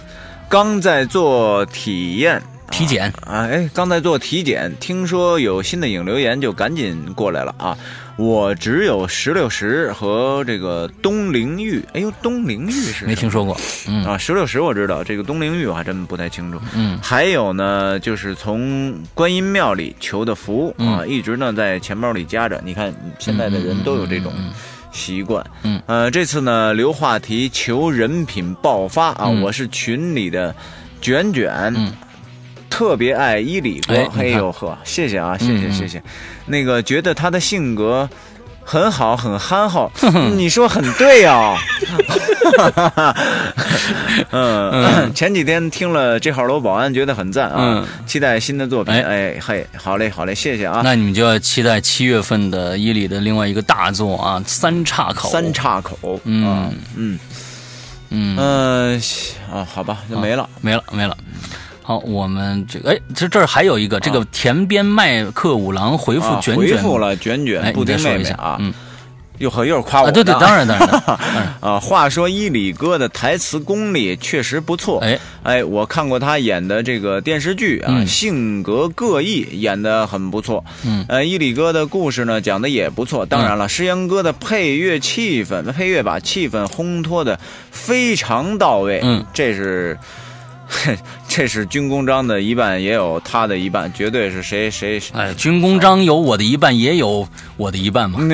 刚在做体验
体检，
啊，哎，刚在做体检，听说有新的影留言，就赶紧过来了啊。我只有石榴石和这个东陵玉，哎呦，东陵玉是
没听说过。嗯
啊，石榴石我知道，这个东陵玉我还真不太清楚。
嗯，
还有呢，就是从观音庙里求的福、
嗯
啊，一直呢在钱包里夹着。你看现在的人都有这种习惯。
嗯
呃，这次呢留话题求人品爆发啊，
嗯
我是群里的卷卷。
嗯
特别爱伊里哥
哎，
嘿
你看
呦呵，谢谢啊，谢
嗯
谢
嗯
谢谢。那个觉得他的性格很好，很 憨厚，你说很对哦。嗯， 前几天听了这号楼保安，觉得很赞啊，期待新的作品。哎嘿，好嘞，好嘞，谢谢
嗯
啊。
那你们就要期待七月份的伊里的另外一个大作啊，三岔口。
三岔口，
嗯
啊嗯
嗯
嗯啊，好吧，就没了。
没了没了。好，我们这个哎，这这儿还有一个，这个田边麦克五郎回复
啊
卷
回
卷，
复了卷
哎，
卷
你
布
再
丁
说
妹
一
妹
下
啊，
嗯
又和又是夸
啊，
我的
对对，当然当然当 然，
啊，话说伊里哥的台词功力确实不错。
哎
哎，我看过他演的这个电视剧啊，
嗯
性格各异，演的很不错。
嗯，
呃，伊里哥的故事呢讲的也不错。当然了，诗阳哥的配乐气氛，配乐把气氛烘托的非常到位。
嗯，
这是。 这是军功章的一半，也有他的一半，绝对是谁谁谁
哎，军功章有我的一半，也有我的一半嘛。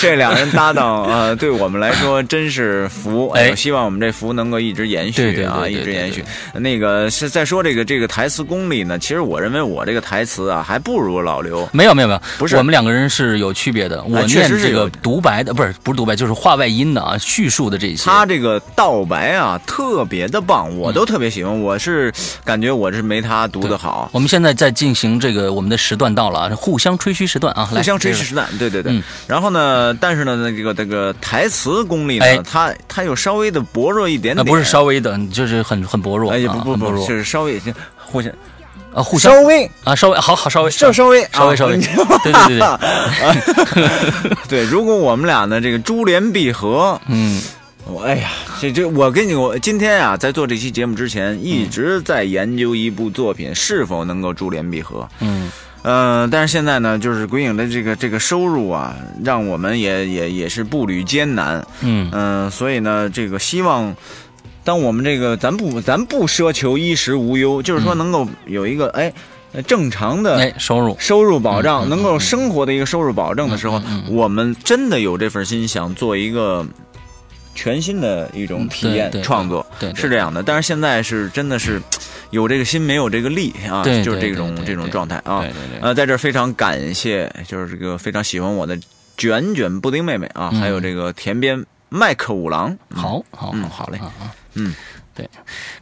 这两人搭档，呃，对我们来说真是福。
哎
我希望我们这福能够一直延
对
续
对
啊，
对对
一直延续。那个是再说这个这个台词功力呢，其实我认为我这个台词啊，还不如老刘。
没有没有没有，
不是哎
我们两个人是有区别的。我
确
念
实是
这个
有
独白的，不是不是独白，就是话外音的啊，叙述的这些。
他这个道白啊，特别的
嗯
棒，我都特别喜欢。我是感觉我是没他读的好。
我们现在在进行这个我们的时段到了啊，互相吹嘘时段啊，来
互相吹
这
嘘
个
实弹，对对对
嗯。
然后呢，但是呢，那个这个台词功力
哎
呢，他他又稍微的薄弱一点
呃
点。
不是稍微的，就是很很薄弱，
哎也
啊
不不
很薄
不，
弱
就是稍微互相
啊，互相
稍微
啊稍微好好稍微
就稍微
稍微
啊
稍 微，
你
对对对对，
对，如果我们俩呢这个珠联璧合，
嗯，
我哎呀，这这我跟你我今天啊在做这期节目之前，一直在研究一部作品是否能够珠联璧合。
嗯，
呃，但是现在呢，就是鬼影的这个这个收入啊，让我们也也也是步履艰难。
嗯，
嗯、所以呢，这个希望。当我们这个，咱不，咱不奢求衣食无忧，就是说能够有一个哎，呃正常的
哎，收入
收入保障，能够生活的一个收入保证的时
嗯
候，我们真的有这份心，想做一个全新的一种体
嗯
验
对对
创作，
对对
是这样的。但是现在是真的是有这个心，没有这个力啊，
对对
就是这
对
种
对
这种
对
状态啊
对。对对，
呃，在这儿非常感谢，就是这个非常喜欢我的卷卷布丁妹妹啊，
嗯
还有这个田边麦克五郎。嗯，
好好
嗯，
好
好嘞
啊，啊，
嗯，
对，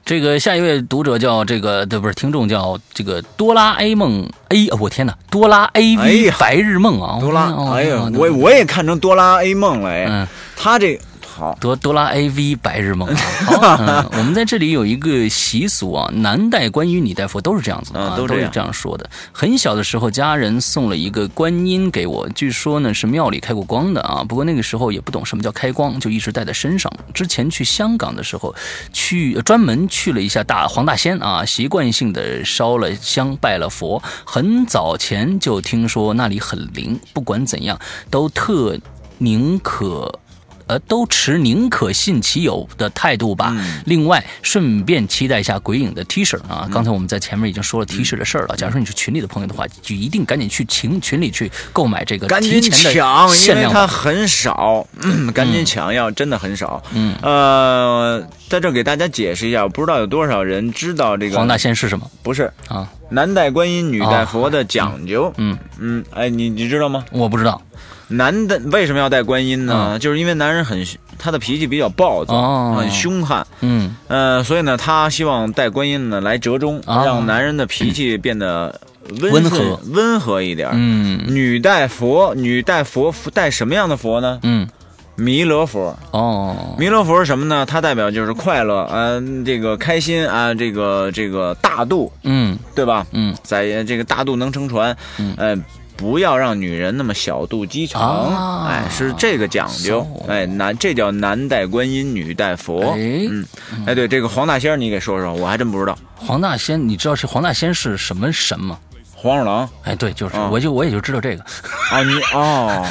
这个下一位读者叫这个，对，不是听众叫这个哆啦 A 梦 A，哦我天哪，哆啦 A
哎
V
呀
白日梦啊，
哆啦
哦，
哎呀
哦，
我我也看成哆啦 A 梦了，哎，
嗯，
他这好，
哆哆啦 A V 白日梦啊，好， 嗯，我们在这里有一个习俗啊，男戴冠衣，女戴佛，都是这样子的啊，
啊都
是
这样
这样说的。很小的时候，家人送了一个观音给我，据说呢是庙里开过光的啊，不过那个时候也不懂什么叫开光，就一直戴在身上。之前去香港的时候，去专门去了一下大黄大仙啊，习惯性的烧了香拜了佛，很早前就听说那里很灵，不管怎样都特宁可。呃，都持宁可信其有的态度吧。
嗯
另外，顺便期待一下鬼影的 T 恤啊。刚才我们在前面已经
嗯
说了 T 恤的事儿了。假如说你是群里的朋友的话，就一定赶紧去群群里去购买这个
赶
提
紧
前
抢
的，
因
限
为
量
它
版。
很少，嗯赶紧抢要真的很少。嗯，呃，在这儿给大家解释一下，我不知道有多少人知道这个
黄大仙是什么
不是
啊？
男戴观音，女戴佛的讲究。
嗯
嗯，哎，你你知道吗？
我不知道
男的为什么要戴观音呢？就是因为男人很他的脾气比较暴躁，
嗯哦
很凶悍。
嗯，
呃，所以呢，他希望戴观音呢来折中，
啊
让男人的脾气变得
温
温顺
和
温和一点。
嗯
女戴佛，女戴佛佛戴什么样的佛呢？
嗯，
弥勒佛，
哦，
弥勒佛是什么呢？它代表就是快乐啊、这个开心啊、这个这个大度，
嗯
对吧？
嗯，
在这个大度能撑船，
嗯
呃，不要让女人那么小肚鸡肠，
啊
哎，是这个讲究，
So
哎，男这叫男戴观音，女戴佛，
哎
嗯，哎，对，这个黄大仙儿你给说说，我还真不知道，
黄大仙，你知道是黄大仙是什么神吗？
黄鼠狼
哎，对，就是，
啊
我就我也就知道这个。
啊，你 哦，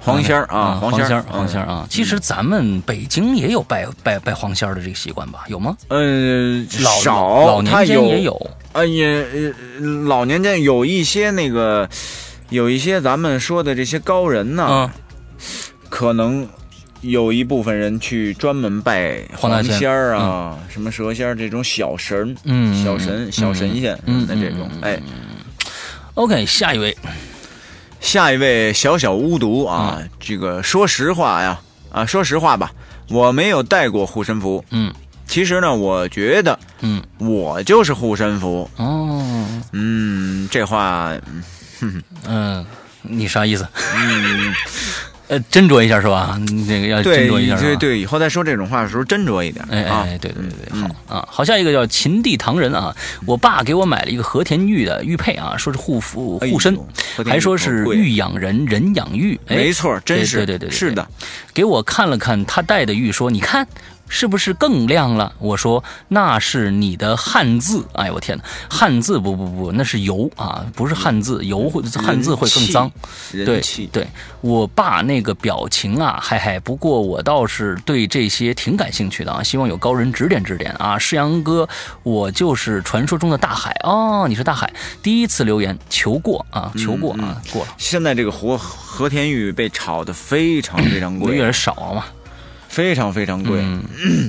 黄仙儿啊，
嗯黄
仙
仙
儿嗯
儿，，黄仙儿啊。其实咱们北京也有拜拜拜黄仙儿的这个习惯吧？有吗？
嗯，呃，
老
少，
老
他
年间也有，
哎也呃老年间有一些那个，有一些咱们说的这些高人呢，
嗯，
可能有一部分人去专门拜
黄大仙
仙儿啊、什么蛇仙儿这种小神，
嗯
小神、小神仙
嗯
的这种。
嗯嗯
哎，
OK，下一位，
下一位小小巫毒啊，
嗯
这个说实话呀，啊，说实话吧，我没有带过护身符。
嗯
其实呢，我觉得
嗯，
我就是护身符。
哦，
嗯，这话
嗯、你啥意思？
嗯，
呃，斟酌一下是吧？那个要斟
对
酌一下是吧
对对，以后再说这种话的时候斟酌一点
哎
啊。
哎，对对对对，好啊。好，下一个叫秦地唐人啊，我爸给我买了一个和田玉的玉佩啊，说是护肤护身
哎呦和，田玉
还说是
好贵
玉养人，人养玉，哎
没错，真是
对对对对，对
是的。，
给我看了看他戴的玉，说你看。是不是更亮了？我说那是你的汉字，哎我天哪，汉字不不不，那是油啊，不是汉字，油会汉字会更脏。
嗯人
对
气，人气
对，我爸那个表情啊，嗨嗨。不过我倒是对这些挺感兴趣的啊，希望有高人指点指点啊。世阳哥，我就是传说中的大海哦，你是大海。第一次留言，求过啊，求过啊，
嗯
过了，
现在这个和和田玉被炒得非常非常
我嗯越嗯来
贵
越，少啊了嘛。
非常非常贵。嗯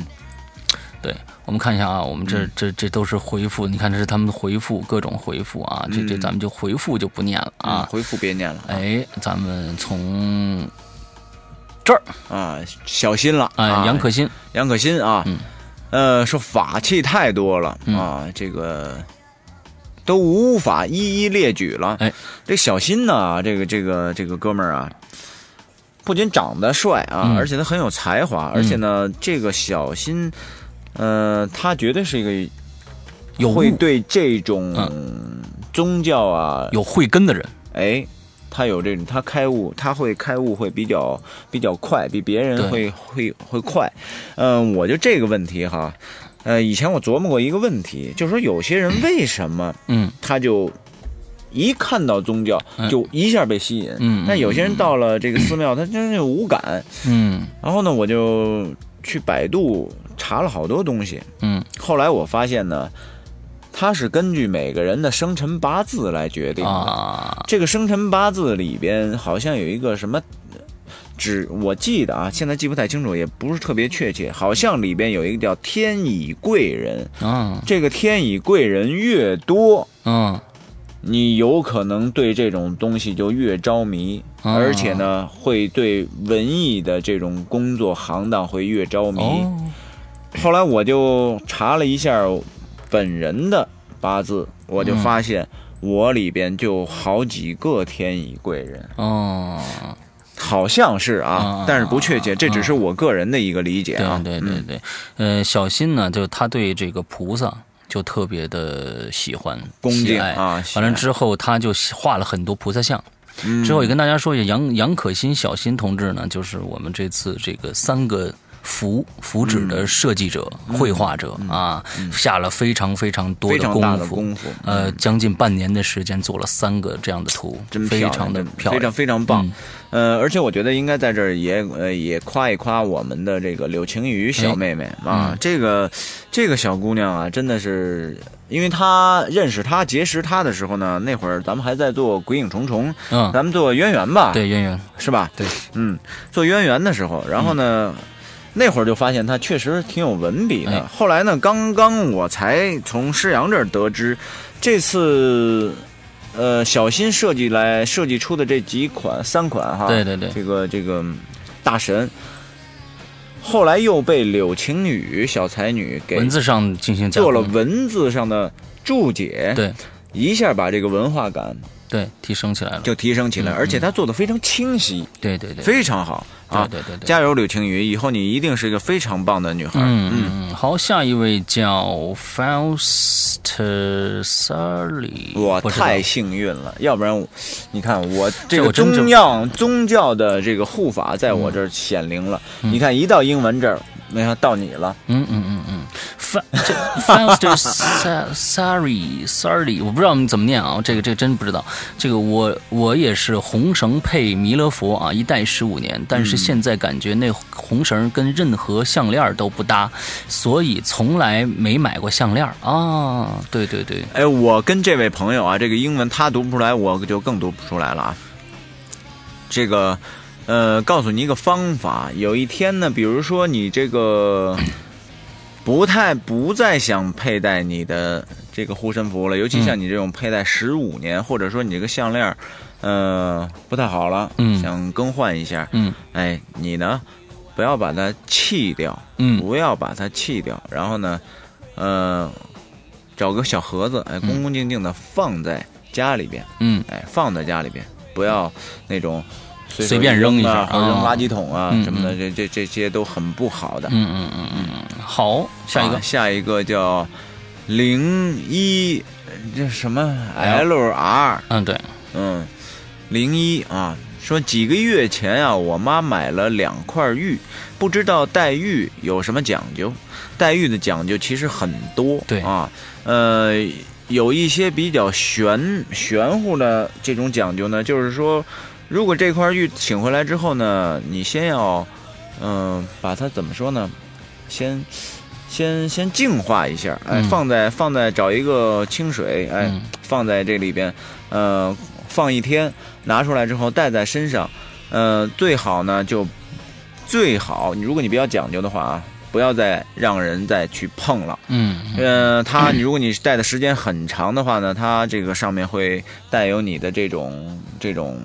对，我们看一下啊，我们这这这都是回复，你看这是他们的回复，各种回复啊，这
嗯
这咱们就回复就不念了
啊，
啊。
回复别念了
哎，咱们从这儿，
啊，小心了
哎，
啊！
杨可嗯欣，
杨可欣啊，呃，说法器太多了
嗯
啊，这个都无法一一列举了。
哎，
这小新呢，这个这个这个哥们儿啊，不仅长得帅啊，
嗯
而且他很有才华，而且呢，这个小新，呃，他绝对是一个
有
会
悟嗯
对这种宗教啊，
有慧根的人，
哎，他有这种，他开悟，他会开悟会比较比较快，比别人会会会快。嗯、我就这个问题哈，呃，以前我琢磨过一个问题，就是说有些人为什么
嗯
他就一看到宗教
嗯
就一下被吸引，
嗯嗯
但有些人到了这个寺庙，他真是无感。
嗯
然后呢，我就去百度查了好多东西，
嗯，
后来我发现呢，它是根据每个人的生辰八字来决定的。
啊，
这个生辰八字里边好像有一个什么，只我记得啊，现在记不太清楚，也不是特别确切，好像里边有一个叫天乙贵人，
嗯
这个天乙贵人越多。
嗯
你有可能对这种东西就越着迷，
啊
而且呢，会对文艺的这种工作行当会越着迷。
哦，
后来我就查了一下本人的八字，我
嗯
就发现我里边就好几个天乙贵人，
哦，
好像是
啊
啊，但是不确切，这只是我个人的一个理解啊
对。对对对，呃，小新呢，就他对这个菩萨就特别的喜欢
恭
喜
敬
爱
啊喜
完了
爱
之后他就画了很多菩萨像。之后也跟大家说一下，杨杨可欣小新同志呢，就是我们这次这个三个。符符纸
嗯
的设计者、绘画者啊，下了非常非常多
非
的
常
功
大的
夫，
功夫嗯
呃，将近半年的时间做了三个这样的图，
真
非
漂亮
常的
真
漂
非
亮嗯
常，非常棒。呃，而且我觉得应该在这儿也呃也夸一夸我们的这个柳晴雨小
哎
妹妹啊，
嗯
这个这个小姑娘啊，真的是。因为她认识她结识她的时候呢，那会儿咱们还在做《鬼影重重》，
嗯，
咱们啊做渊源吧，
对，圆圆，
是吧？
对，
嗯，做渊源的时候，然后呢，那会儿就发现他确实挺有文笔的。
哎
后来呢，刚刚我才从施阳这儿得知，这次呃小新设计来设计出的这几款三款哈，
对对对，
这个这个大神。后来又被柳晴雨小才女给
文字上进行加
做了
工
文字上的注解，
对
一下把这个文化感
对提升起来了，
就提升起
嗯
来，而且他做的非常清晰，
对对对，
非常好啊！
对对对对。
加油，柳青雨，以后你一定是一个非常棒的女孩。
嗯嗯，好，下一位叫 Faust Sally，
我
不知道
太幸运了，要不然我，你看我这
我
个
真
宗教宗教的这个护法在
嗯
我这儿显灵了。你看，一到英文这儿，没想到你了。
嗯嗯嗯嗯，Fa 这 Faust Sally Sally，我不知道你怎么念啊，这个这个真不知道。这个我我也是红绳配弥勒佛啊，一戴十五年，但是现在感觉那红绳跟任何项链都不搭，所以从来没买过项链啊。对对对，
哎，我跟这位朋友啊，这个英文他读不出来，我就更读不出来了啊。这个，呃，告诉你一个方法，有一天呢，比如说你这个 不太不再想佩戴你的这个护身符了，尤其像你这种佩戴十五年，或者说你这个项链儿，呃，不太好了，
嗯
想更换一下，
嗯
哎，你呢，不要把它弃掉，
嗯
不要把它弃掉。然后呢，呃，找个小盒子，哎，恭恭敬敬的放在家里边，
嗯
哎，放在家里边，不要那种
随便扔一下
啊，或者扔
啊
垃圾桶啊
嗯
什么的，这这这些都很不好的。
嗯嗯嗯嗯嗯，好，下一个
啊，下一个叫零一，这什么
哎
LR？
嗯，对，
嗯，零一啊，说几个月前啊，我妈买了两块玉，不知道戴玉有什么讲究。戴玉的讲究其实很多，
对
啊，呃，有一些比较玄玄乎的这种讲究呢，就是说，如果这块玉请回来之后呢，你先要，嗯、把它怎么说呢，先。先先净化一下，哎，
嗯
放在放在找一个清水，哎，
嗯
放在这里边，呃，放一天，拿出来之后戴在身上，呃，最好呢就最好，如果你比较讲究的话啊，不要再让人再去碰了。
嗯嗯
呃，它你如果你戴的时间很长的话呢，它这个上面会带有你的这种这种。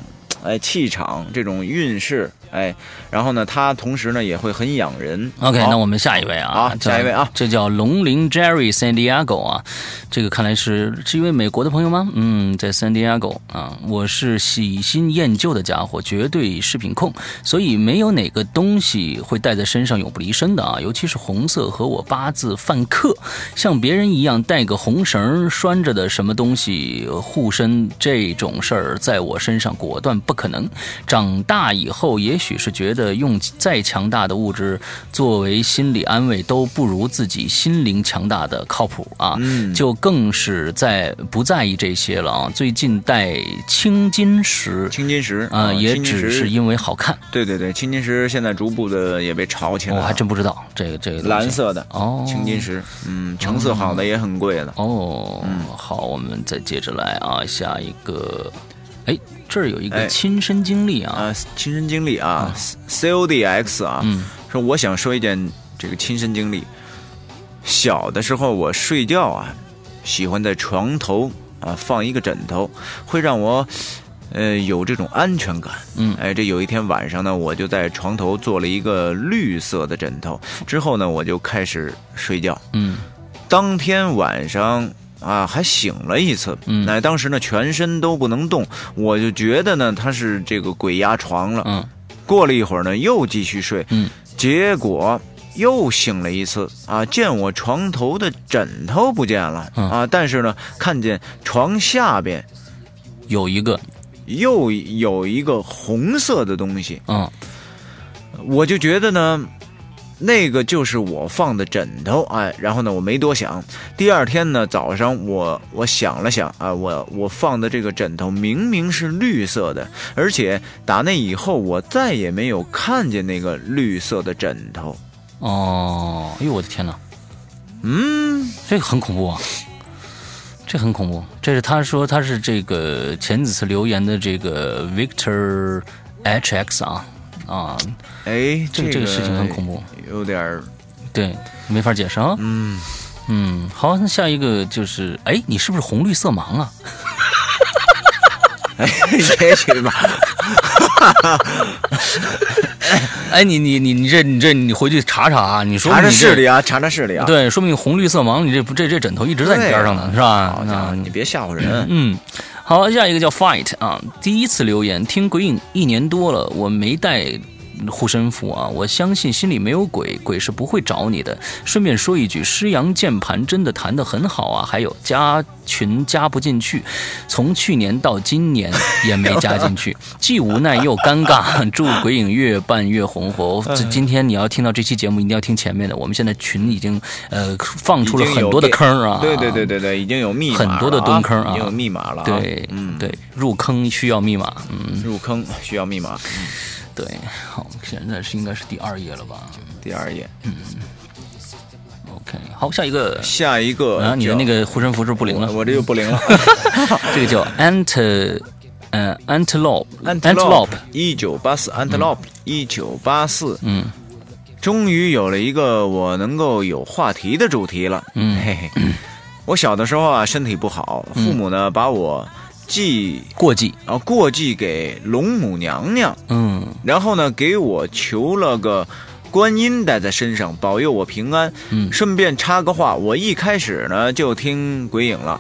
哎，气场这种运势，哎，然后呢，它同时呢也会很养人。
，OK，
好
那我们下一位啊，
好
这
下一位啊
这叫龙鳞 Jerry San Diego 啊，这个看来是是一位美国的朋友吗？嗯，在 San Diego 啊，我是喜新厌旧的家伙，绝对饰品控，所以没有哪个东西会带在身上永不离身的啊，尤其是红色和我八字犯克，像别人一样带个红绳儿拴着的什么东西护身这种事儿，在我身上果断不可能。长大以后，也许是觉得用再强大的物质作为心理安慰，都不如自己心灵强大的靠谱啊。
嗯，
就更是在不在意这些了啊！最近戴青金石，
青金石
啊、也
青金
只
石
是因为好看，
对对对，青金石现在逐步的也被炒起来
我
了。
还真不知道哦这个这个东西
蓝色的
哦，
青金石，嗯，成色好的也很贵的。
哦，好，我们再接着来啊，下一个，哎，这儿有一个
哎
亲身经历啊，
啊，亲身经历啊，CODX 啊，
嗯
说我想说一件这个亲身经历。小的时候我睡觉啊，喜欢在床头啊放一个枕头，会让我呃有这种安全感。
嗯
哎，这有一天晚上呢，我就在床头做了一个绿色的枕头，之后呢，我就开始睡觉。
嗯
当天晚上啊，还醒了一次，
嗯
那当时呢全身都不能动，我就觉得呢他是这个鬼压床了。
嗯
过了一会儿呢，又继续睡，
嗯
结果又醒了一次啊，见我床头的枕头不见了、
嗯
啊，但是呢，看见床下边
有一个，
又有一个红色的东西，
嗯
我就觉得呢，那个就是我放的枕头，哎，然后呢，我没多想。第二天呢，早上我我想了想啊，我我放的这个枕头明明是绿色的，而且打那以后，我再也没有看见那个绿色的枕头。
哦，哎呦我的天哪，
嗯，
这个很恐怖啊，这很恐怖，这是他说他是这个前几次留言的这个 Victor HX 啊啊，
哎，
这个这个事情很恐
怖，
怖，
有点儿
对，没法解释啊。
嗯，
嗯，好，那下一个就是，哎，你是不是红绿色盲啊？
哎，也许吧。
哎，你你你你这你这你回去查查啊！你说
查查
你这
视力啊，查查视力啊。，
对，说明红绿色盲，你这不这这枕头一直在你边上呢，是吧
好？家伙，
那
你别吓唬人。
嗯，好，下一个叫 Fight 啊，第一次留言，听鬼影一年多了，我没带。护身符啊！我相信心里没有鬼，鬼是不会找你的。顺便说一句，施阳键盘真的弹得很好啊！还有加群加不进去，从去年到今年也没加进 去，既无奈又尴尬。祝鬼影越办越红火！这今天你要听到这期节目，一定要听前面的。我们现在群已经呃放出了很多的坑儿啊！
对对对对对，已经有密码了啊
很多的蹲坑啊
已经有密码了啊。
对，
嗯，
对，入坑需要密码，嗯，
入坑需要密码。
对，好，现在是应该是第二页了吧
第二页，嗯
？OK，好，下一个
下一个
啊，你的那
个
个护身符是不灵了，
呃我这又不 灵了。
这个叫 ant，呃，antelope
Antelope 一九八四，Antelope 一九八四，
嗯，
终于有了一个我能够有话题的主题了。
嗯
嘿嘿，我小的时候啊，身体不好，父母呢把我寄
过继，
啊过继给龙母娘娘。
嗯
然后呢，给我求了个观音带在身上，保佑我平安。
嗯
顺便插个话，我一开始呢就听鬼影了。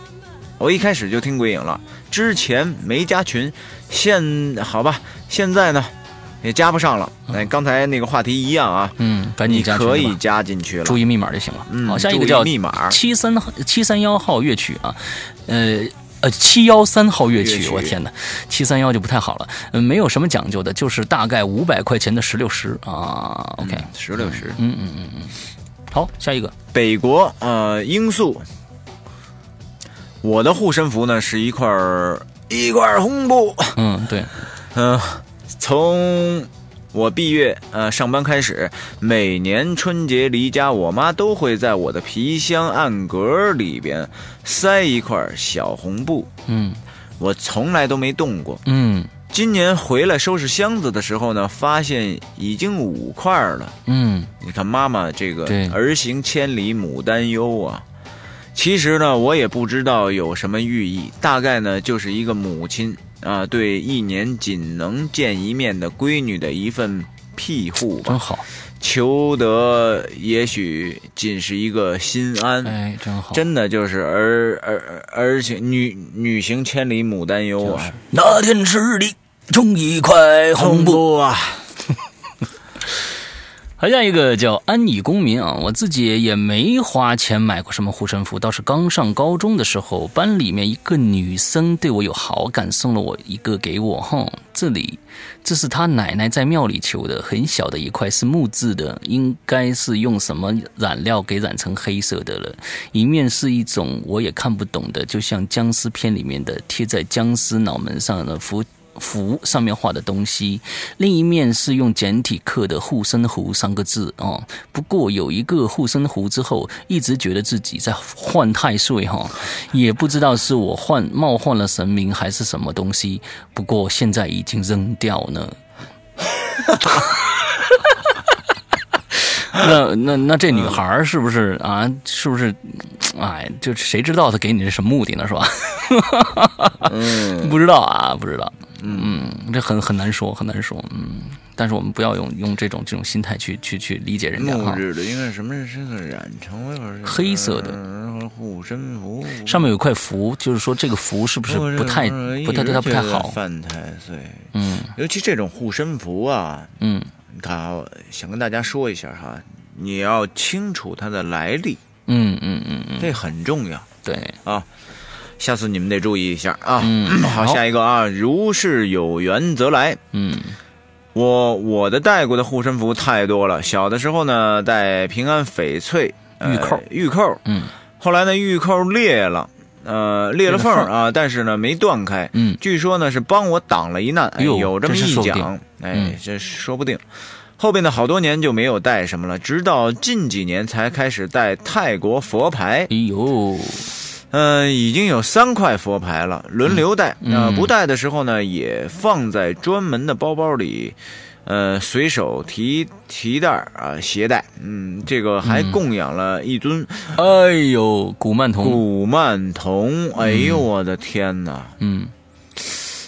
我一开始就听鬼影了，之前没加群，现好吧，现在呢也加不上了。哎，刚才那个话题一样啊，
嗯，赶
你
紧加群吧
可以加进去了。
注意密码就行了。
嗯
好，下一
注
个
意
叫
密码
七三七三幺号乐曲啊，呃。呃，七幺三号乐
乐
曲，
曲
我天哪，七三幺就不太好了，嗯，没有什么讲究的，就是大概五百块钱的十六十啊，OK，
十六十，
嗯嗯嗯嗯，好，下一 个，
北国呃罂粟。我的护身符呢是一块儿一块儿红布，
嗯，对，
嗯、从我毕业呃上班开始，每年春节离家，我妈都会在我的皮箱暗格里边塞一块小红布，
嗯
我从来都没动过。
嗯
今年回来收拾箱子的时候呢，发现已经五块了。
嗯
你看妈妈这个
对
儿行千里母担忧啊。其实呢，我也不知道有什么寓意，大概呢就是一个母亲啊对一年仅能见一面的闺女的一份庇护吧
真，好，
求得也许仅是一个心安。
哎，真好，
真的就是儿儿儿行女女行千里母担忧啊，
那天池里种一块
恐怖啊！
好，下一个叫安以公民啊，我自己也没花钱买过什么护身符，倒是刚上高中的时候，班里面一个女生对我有好感，送了我一个给我，哼，这里这是她奶奶在庙里求的，很小的一块，是木质的，应该是用什么染料给染成黑色的了，一面是一种我也看不懂的，就像僵尸片里面的贴在僵尸脑门上的符符上面画的东西，另一面是用简体刻的“护身符”三个字哦。不过有一个护身符之后，一直觉得自己在换太岁哈、也不知道是我换冒换了神明还是什么东西。不过现在已经扔掉了。 那那那这女孩儿是不是啊？是不是？哎，就是谁知道她给你是什么目的呢？是吧？
嗯
不知道啊，不知道。嗯，这很很难说，很难说。嗯，但是我们不要用用这种这种心态去去去理解人家
木
哈。
质的应该是什么是个染成为
黑色的
护身符，
上面有一块符，就是说这个符是不是不太不太对他不太好？
犯太岁，
嗯
尤其这种护身符啊，
嗯
你看啊，想跟大家说一下哈，你要清楚它的来历，
嗯嗯嗯嗯，
这很重要。
对，
啊，下次你们得注意一下啊。
嗯
好，
好
下一个啊，如是有缘则来。
嗯
我我的带过的护身符太多了，小的时候呢带平安翡翠、呃
玉扣
玉扣，
嗯
后来呢玉扣裂了，呃裂了缝儿啊，但是呢没断开。
嗯
据说呢是帮我挡了一难，哎、
哟
有这么
真
一
是说不定嗯
讲，哎，这说不定。后边的好多年就没有带什么了，直到近几年才开始带泰国佛牌。
哎呦，
嗯、已经有三块佛牌了，轮流带。
嗯
呃，
嗯
不带的时候呢，也放在专门的包包里，呃，随手提提袋儿啊、携带。嗯，这个还供养了一尊
哎呦，古曼童，
古曼童。哎呦，我的天哪！
嗯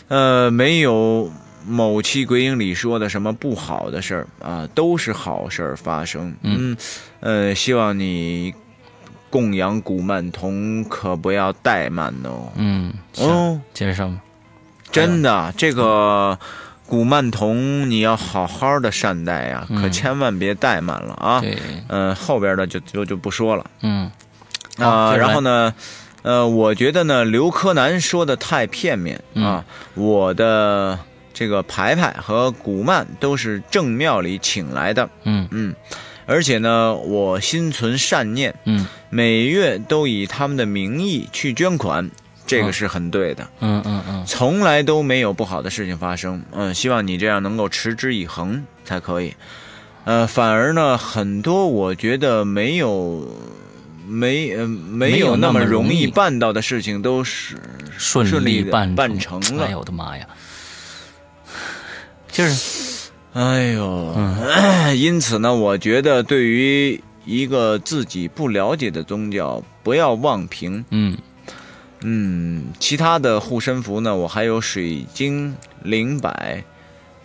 呃，没有某期鬼影里说的什么不好的事儿啊，都是好事儿发生。嗯，呃，希望你供养古曼童，可不要怠慢哦。
嗯，行，
哦，
接着上吧。
真的，这个古曼童你要好好的善待呀、可千万别怠慢了啊。
对，
嗯、后边的就就就不说了
嗯好
啊、
接着来
然后呢，呃，我觉得呢，刘柯南说的太片面
嗯
啊。我的这个牌牌和古曼都是正庙里请来的，
嗯
嗯，而且呢，我心存善念，
嗯
每月都以他们的名义去捐款，这个
嗯
是很对的。
嗯嗯嗯，
从来都没有不好的事情发生。嗯、希望你这样能够持之以恒才可以。呃，反而呢，很多我觉得没有没呃没有那么容易办到的事情，都是
嗯顺利
地
办
办成
哎呦
了。
我的妈呀！就是
哎呦， 因此呢，我觉得对于一个自己不了解的宗教，不要妄评。
嗯
嗯，其他的护身符呢，我还有水晶、灵摆、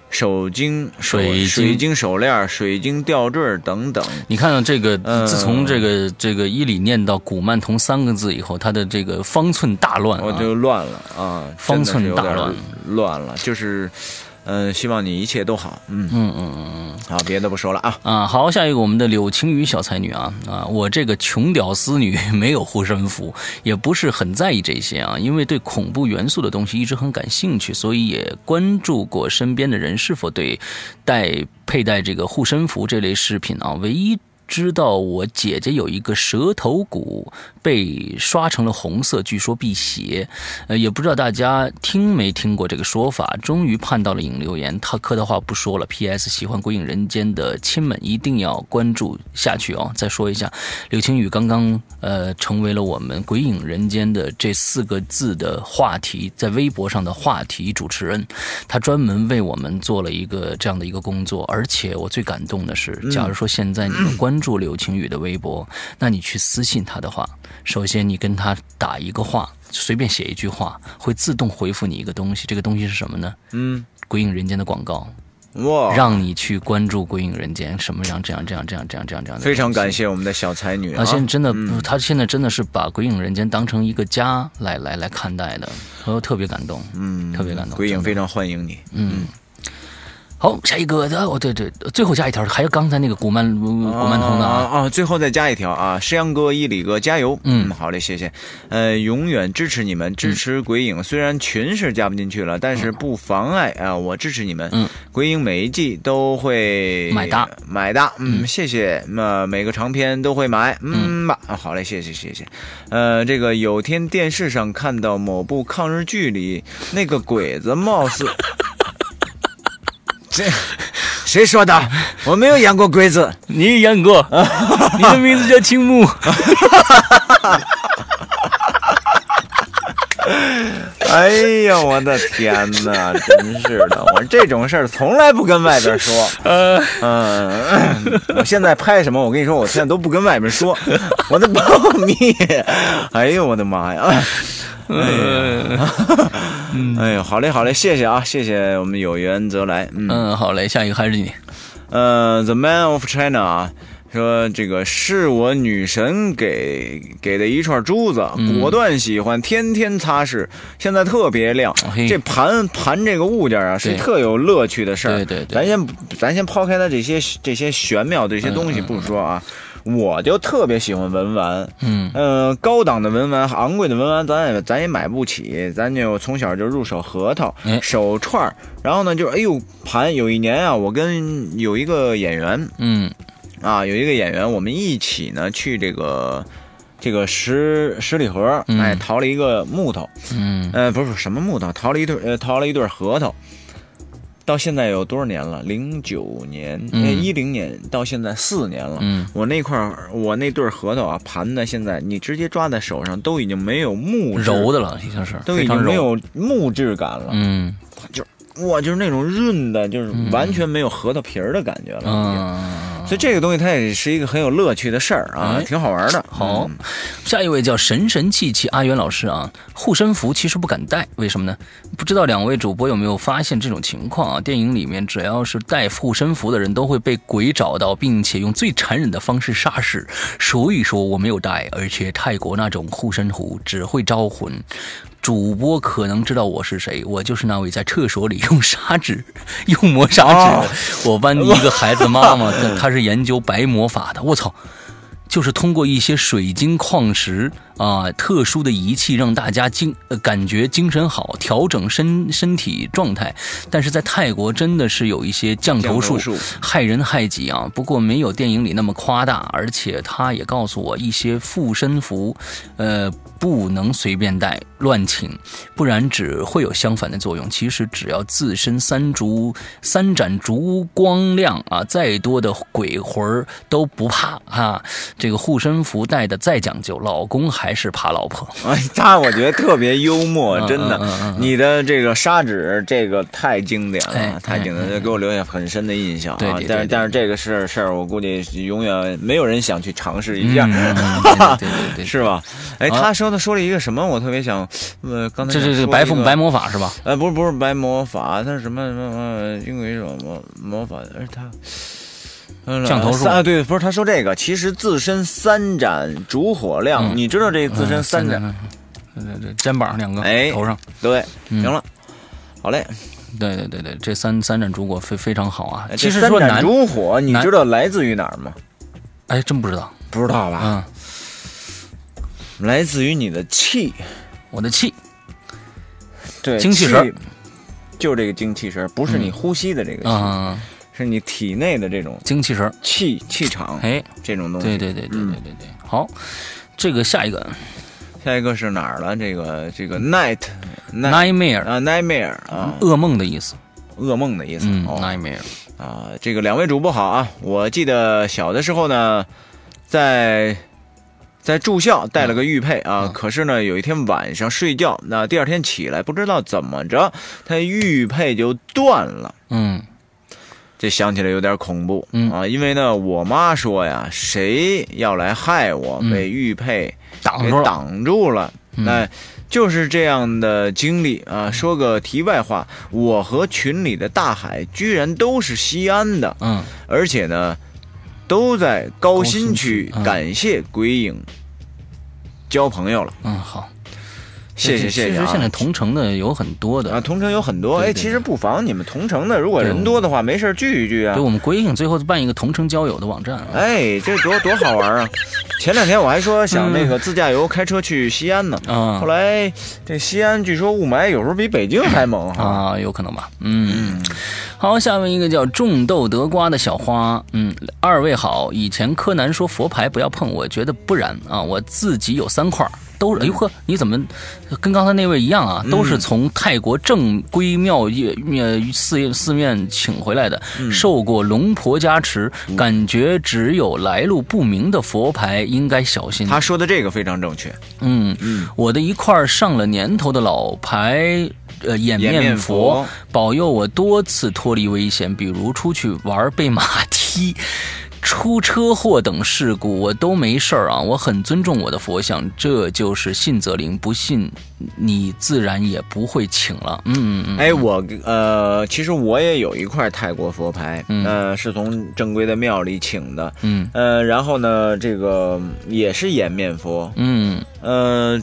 手巾、
水晶
水
啊
水晶手链、水晶吊坠等等。
你看到这个，
呃
自从这个这个伊里念到古曼童三个字以后，他的这个方寸大乱
我
啊！
就乱了啊，
方寸
真的是有点
大乱
乱了，就是，嗯，希望你一切都好，嗯嗯嗯嗯，好，别的不说了啊，
啊，好，下一个我们的柳青雨小才女啊啊，我这个穷屌丝女 没有护身符，也不是很在意这些啊，因为对恐怖元素的东西一直很感兴趣，所以也关注过身边的人是否对带佩戴这个护身符这类饰品啊，唯一。知道我姐姐有一个蛇头骨被刷成了红色，据说辟邪。呃，也不知道大家听没听过这个说法。终于盼到了引流言，他客套话不说了。P.S. 喜欢《鬼影人间》的亲们一定要关注下去哦。再说一下，柳青雨刚刚呃成为了我们《鬼影人间》的这四个字的话题，在微博上的话题主持人，他专门为我们做了一个这样的一个工作。而且我最感动的是，假如说现在你们关注柳青雨的微博，那你去私信他的话，首先你跟他打一个话，随便写一句话，会自动回复你一个东西。这个东西是什么呢？
嗯，哦
《鬼影人间》的广告，
哇，
让你去关注《鬼影人间》什么样这样这样这样这样这样这样。
非常感
谢。
谢我们的小才女啊
他，现在真的，他现在真的是把《鬼影人间》当成一个家来来来看待的，我特别感动，嗯，特别感动。
鬼
真
影
的
非常欢迎你，
好，下一个，哦对对，最后加一条，还有刚才那个古曼古曼童的
啊
啊，
啊！最后再加一条啊，诗阳哥、伊里哥加油！
嗯
好嘞，谢谢。呃，永远支持你们，支持鬼影。虽然群是加不进去了，但是不妨碍啊，我支持你们。
嗯，
鬼影每一季都会
买大
买大，嗯，谢谢。那每个长篇都会买，嗯吧。啊，好嘞，谢谢谢谢。呃，这个有天电视上看到某部抗日剧里那个鬼子，貌似这。谁说的？我没有演过鬼子。
你也演 过，你的名字叫青木，
哎呀，我的天哪，真是的，我这种事儿从来不跟外边说。
呃，
嗯， 我现在拍什么？我跟你说，我现在都不跟外边说，我的保密。哎呦，我的妈呀！
嗯
哎呦，好嘞，好嘞，谢谢啊，谢谢我们有缘则来。嗯，
嗯，好嘞，下一个还是你，
呃，The Man of China 啊。说这个是我女神给给的一串珠子，
嗯
果断喜欢，天天擦拭，现在特别亮。
哦嘿
这盘盘这个物件啊，是
对
特有乐趣的事儿。
对对对嗯
咱先咱先抛开它这些这些玄妙的这些东西不说啊，我就特别喜欢文玩。
嗯
呃，高档的文玩、昂贵的文玩，咱也咱也买不起，咱就从小就入手核桃
哎、
手串儿，然后呢，就是哎呦盘。有一年啊，我跟有一个演员
嗯
啊，有一个演员，我们一起呢去这个这个十十里河，哎，淘了一个木头，
嗯，
呃，不是不是什么木头，淘了一对呃淘了一对核桃。到现在有多少年了？零九年，哎一零、年到现在四年了。
嗯
我那块儿，我那对核桃啊，盘的现在你直接抓在手上，都已经没有木质
柔，的了，已经是
都
非
已
常
经没
柔，
有木质感了。
嗯
哇，就是那种润的，就是完全没有核桃皮儿的感觉了。已经
嗯。
所以这个东西它也是一个很有乐趣的事儿啊
哎，
挺好玩的。
好
嗯，
下一位叫神神气气阿元老师啊，护身符其实不敢带，为什么呢？不知道两位主播有没有发现这种情况啊？电影里面只要是带护身符的人，都会被鬼找到，并且用最残忍的方式杀死。所以说我没有带，而且泰国那种护身符只会招魂。主播可能知道我是谁，我就是那位在厕所里用砂纸、 用磨砂纸的。我班一个孩子妈妈，她她是研究白魔法的。我操！就是通过一些水晶矿石啊、特殊的仪器，让大家精、呃、感觉精神好，调整身身体状态。但是在泰国真的是有一些降头术，
降头术
害人害己啊。不过没有电影里那么夸大，而且他也告诉我一些护身符，呃，不能随便带，乱请，不然只会有相反的作用。其实只要自身三烛三盏烛光亮啊，再多的鬼魂儿都不怕啊。这个护身符戴的再讲究，老公还是怕老婆。
哎，他我觉得特别幽默，真的
嗯嗯嗯。
你的这个砂纸，这个太经典
哎
了，太经典了，给我留下很深的印象
对
啊
对对。
但
对
是但是这个事儿事儿，我估计永远没有人想去尝试一下，
嗯对对对，
是吧？哎，
啊
他说的说了一个什么，我特别想，呃，刚才
这这
想
这
说
白
一
凤
个
白魔法是吧？
呃，不是不是白魔法，它是什么什么什么英语什么魔魔法？而它。嗯
降头术
啊，对，不是他说这个，其实自身三斩烛火
嗯
亮，你知道这自身三斩？，
这这肩膀两个，
哎
头上，
对，
嗯
行了，好嘞。
对对对对，这三三盏烛火非非常好啊。
哎
其实
这三
说
盏
难，
烛火，你
难
知道来自于哪儿吗？
哎，真不知道，
不知道吧？
嗯，
来自于你的气，
我的气，
对，
精气神儿，
就是这个精气神儿，不是你呼吸的这个气，
嗯，
是你体内的这种
精气神儿，
气气场
哎，
这种东西。
对对对对对对对，好，这个下一个
下一个是哪儿了？这个这个 night night
nightmare，
啊 nightmare 啊，
噩梦的意思，
噩梦的意思。
嗯
哦
，nightmare，
啊，这个两位主播好啊！我记得小的时候呢，在在住校带了个玉佩啊，
嗯
可是呢，有一天晚上睡觉，那第二天起来不知道怎么着，它玉佩就断了。
嗯
这想起来有点恐怖、
嗯
啊，因为呢，我妈说呀，谁要来害我，
嗯
被玉佩
挡
给
住了
挡住了。
嗯
那就是这样的经历啊。说个题外话，我和群里的大海居然都是西安的，
嗯，
而且呢，都在高新区
高新区。嗯
感谢鬼影交朋友了，
嗯，好，
谢
这
谢谢谢
其实现在
啊。
同城的有很多
啊，
的，
同城有很多，
对对
哎，
对
其实不妨你们同城的，如果人多的话，没事儿聚一聚啊
对。我们鬼影最后办一个同城交友的网站啊，
哎，这多多好玩啊！前两天我还说想那个自驾游开车去西安呢，
嗯
后来这西安据说雾霾有时候比北京还猛哈。
啊，有可能吧。嗯，好，下面一个叫种豆得瓜的小花。嗯，二位好，以前柯南说佛牌不要碰，我觉得不然啊，我自己有三块儿。都是，哎呦呵，你怎么跟刚才那位一样啊？都是从泰国正规庙业呃寺寺院请回来的，受过龙婆加持，感觉只有来路不明的佛牌应该小心。
他说的这个非常正确，
嗯，我的一块上了年头的老牌。呃，掩
掩
面
面
佛
佛
保佑我多次脱离危险，比如出去玩被马踢、 出车祸等事故，我都没事儿啊。我很尊重我的佛像，这就是信则灵，不信你自然也不会请了。嗯嗯
哎，我呃，其实我也有一块泰国佛牌，
嗯
呃，是从正规的庙里请的，
嗯
呃，然后呢，这个嗯也是掩面佛，
嗯
呃，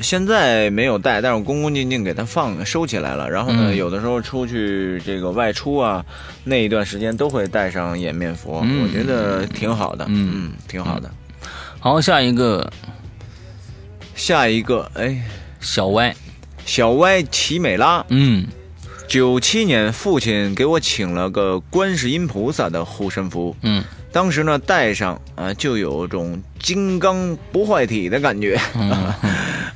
现在没有带，但是我恭恭敬敬给它放收起来了。然后呢，
嗯
有的时候出去这个外出啊，那一段时间都会带上掩面佛，
嗯
我觉得挺好的，
嗯
嗯，挺好的。
嗯，好，下一个
下一个，哎，
小歪，
小歪奇美拉，
嗯
九七年，父亲给我请了个观世音菩萨的护身符，
嗯
当时呢戴上啊，就有种金刚不坏体的感觉，
嗯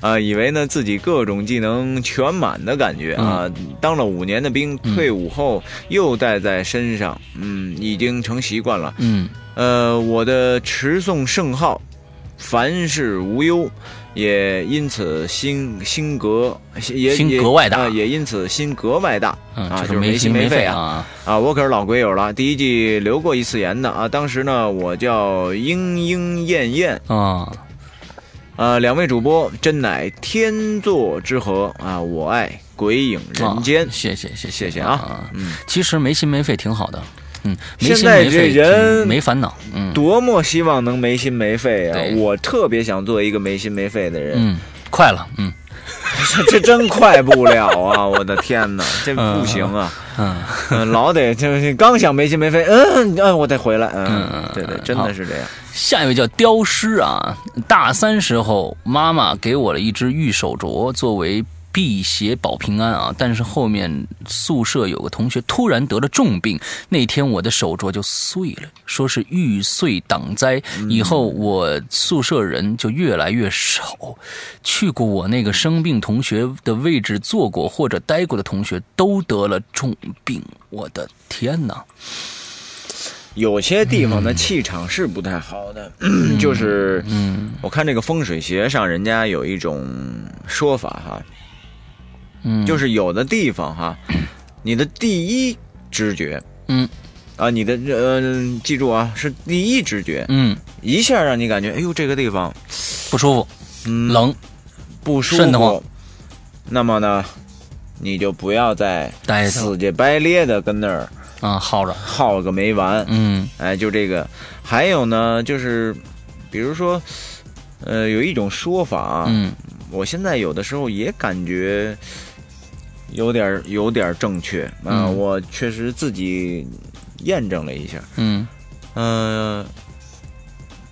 啊，以为呢自己各种技能全满的感觉啊。
嗯
当了五年的兵，退伍后又戴在身上，嗯，已经成习惯了。
嗯
呃，我的持诵圣号，凡事无忧，也因此心心格也
心
也
格外大
啊也因此心格外大
嗯，
啊，
这
就是是没
心
没
肺
肺啊。
啊，
啊，我可是老鬼友了，第一季留过一次言的啊。当时呢，我叫莺莺燕燕，
啊，
呃，两位主播真乃天作之合啊，我爱鬼影人间
啊，谢谢谢
谢谢
啊
啊，。嗯，
其实没心没肺挺好的，嗯，没
现
心
在
没肺
这人
挺没烦恼，嗯
多么希望能没心没肺啊
对！
我特别想做一个没心没肺的人，
嗯，快了，嗯
这 这真快不了啊！我的天哪，这不行啊！
嗯
嗯，老得就是刚想没心没肺，嗯嗯，我得回来，嗯
嗯，
对对，真的是这样。
下一位叫雕师啊，大三时候妈妈给我了一只玉手镯作为。辟邪保平安啊！但是后面宿舍有个同学突然得了重病，那天我的手镯就碎了，说是玉碎挡灾。
嗯
以后我宿舍人就越来越少，去过我那个生病同学的位置坐过或者待过的同学都得了重病。我的天哪！
有些地方的
嗯
气场是不太好的， 就是，嗯，我看这个风水学上人家有一种说法哈，
嗯，
就是有的地 方哈，你的第一直觉，
嗯
啊，你的呃，记住啊，是第一直觉，
嗯，
一下让你感觉，哎呦，这个地方
不舒服，
嗯
冷，
不舒
瘆得慌
服，那么呢，你就不要再
待着
死乞白咧的跟那儿
啊，耗着，
耗个没完，
嗯
哎，就这个。还有呢，就是比如说，呃，有一种说法啊，
嗯
我现在有的时候也感觉有点儿有点儿正确啊、
嗯
我确实自己验证了一下，
嗯
呃，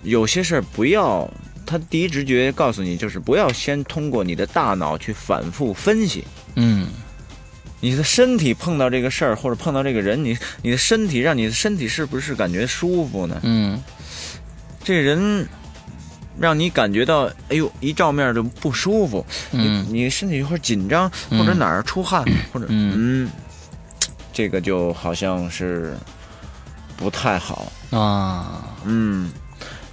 有些事儿不要。他第一直觉告诉你，就是不要先通过你的大脑去反复分析，
嗯
你的身体碰到这个事儿或者碰到这个人，你你的身体让你的身体是不是感觉舒服呢？
嗯
这人让你感觉到，哎呦，一照面就不舒服，
嗯
你你身体会紧张，
嗯
或者哪儿出汗，或者
嗯
嗯，这个就好像是不太好，
啊，
嗯。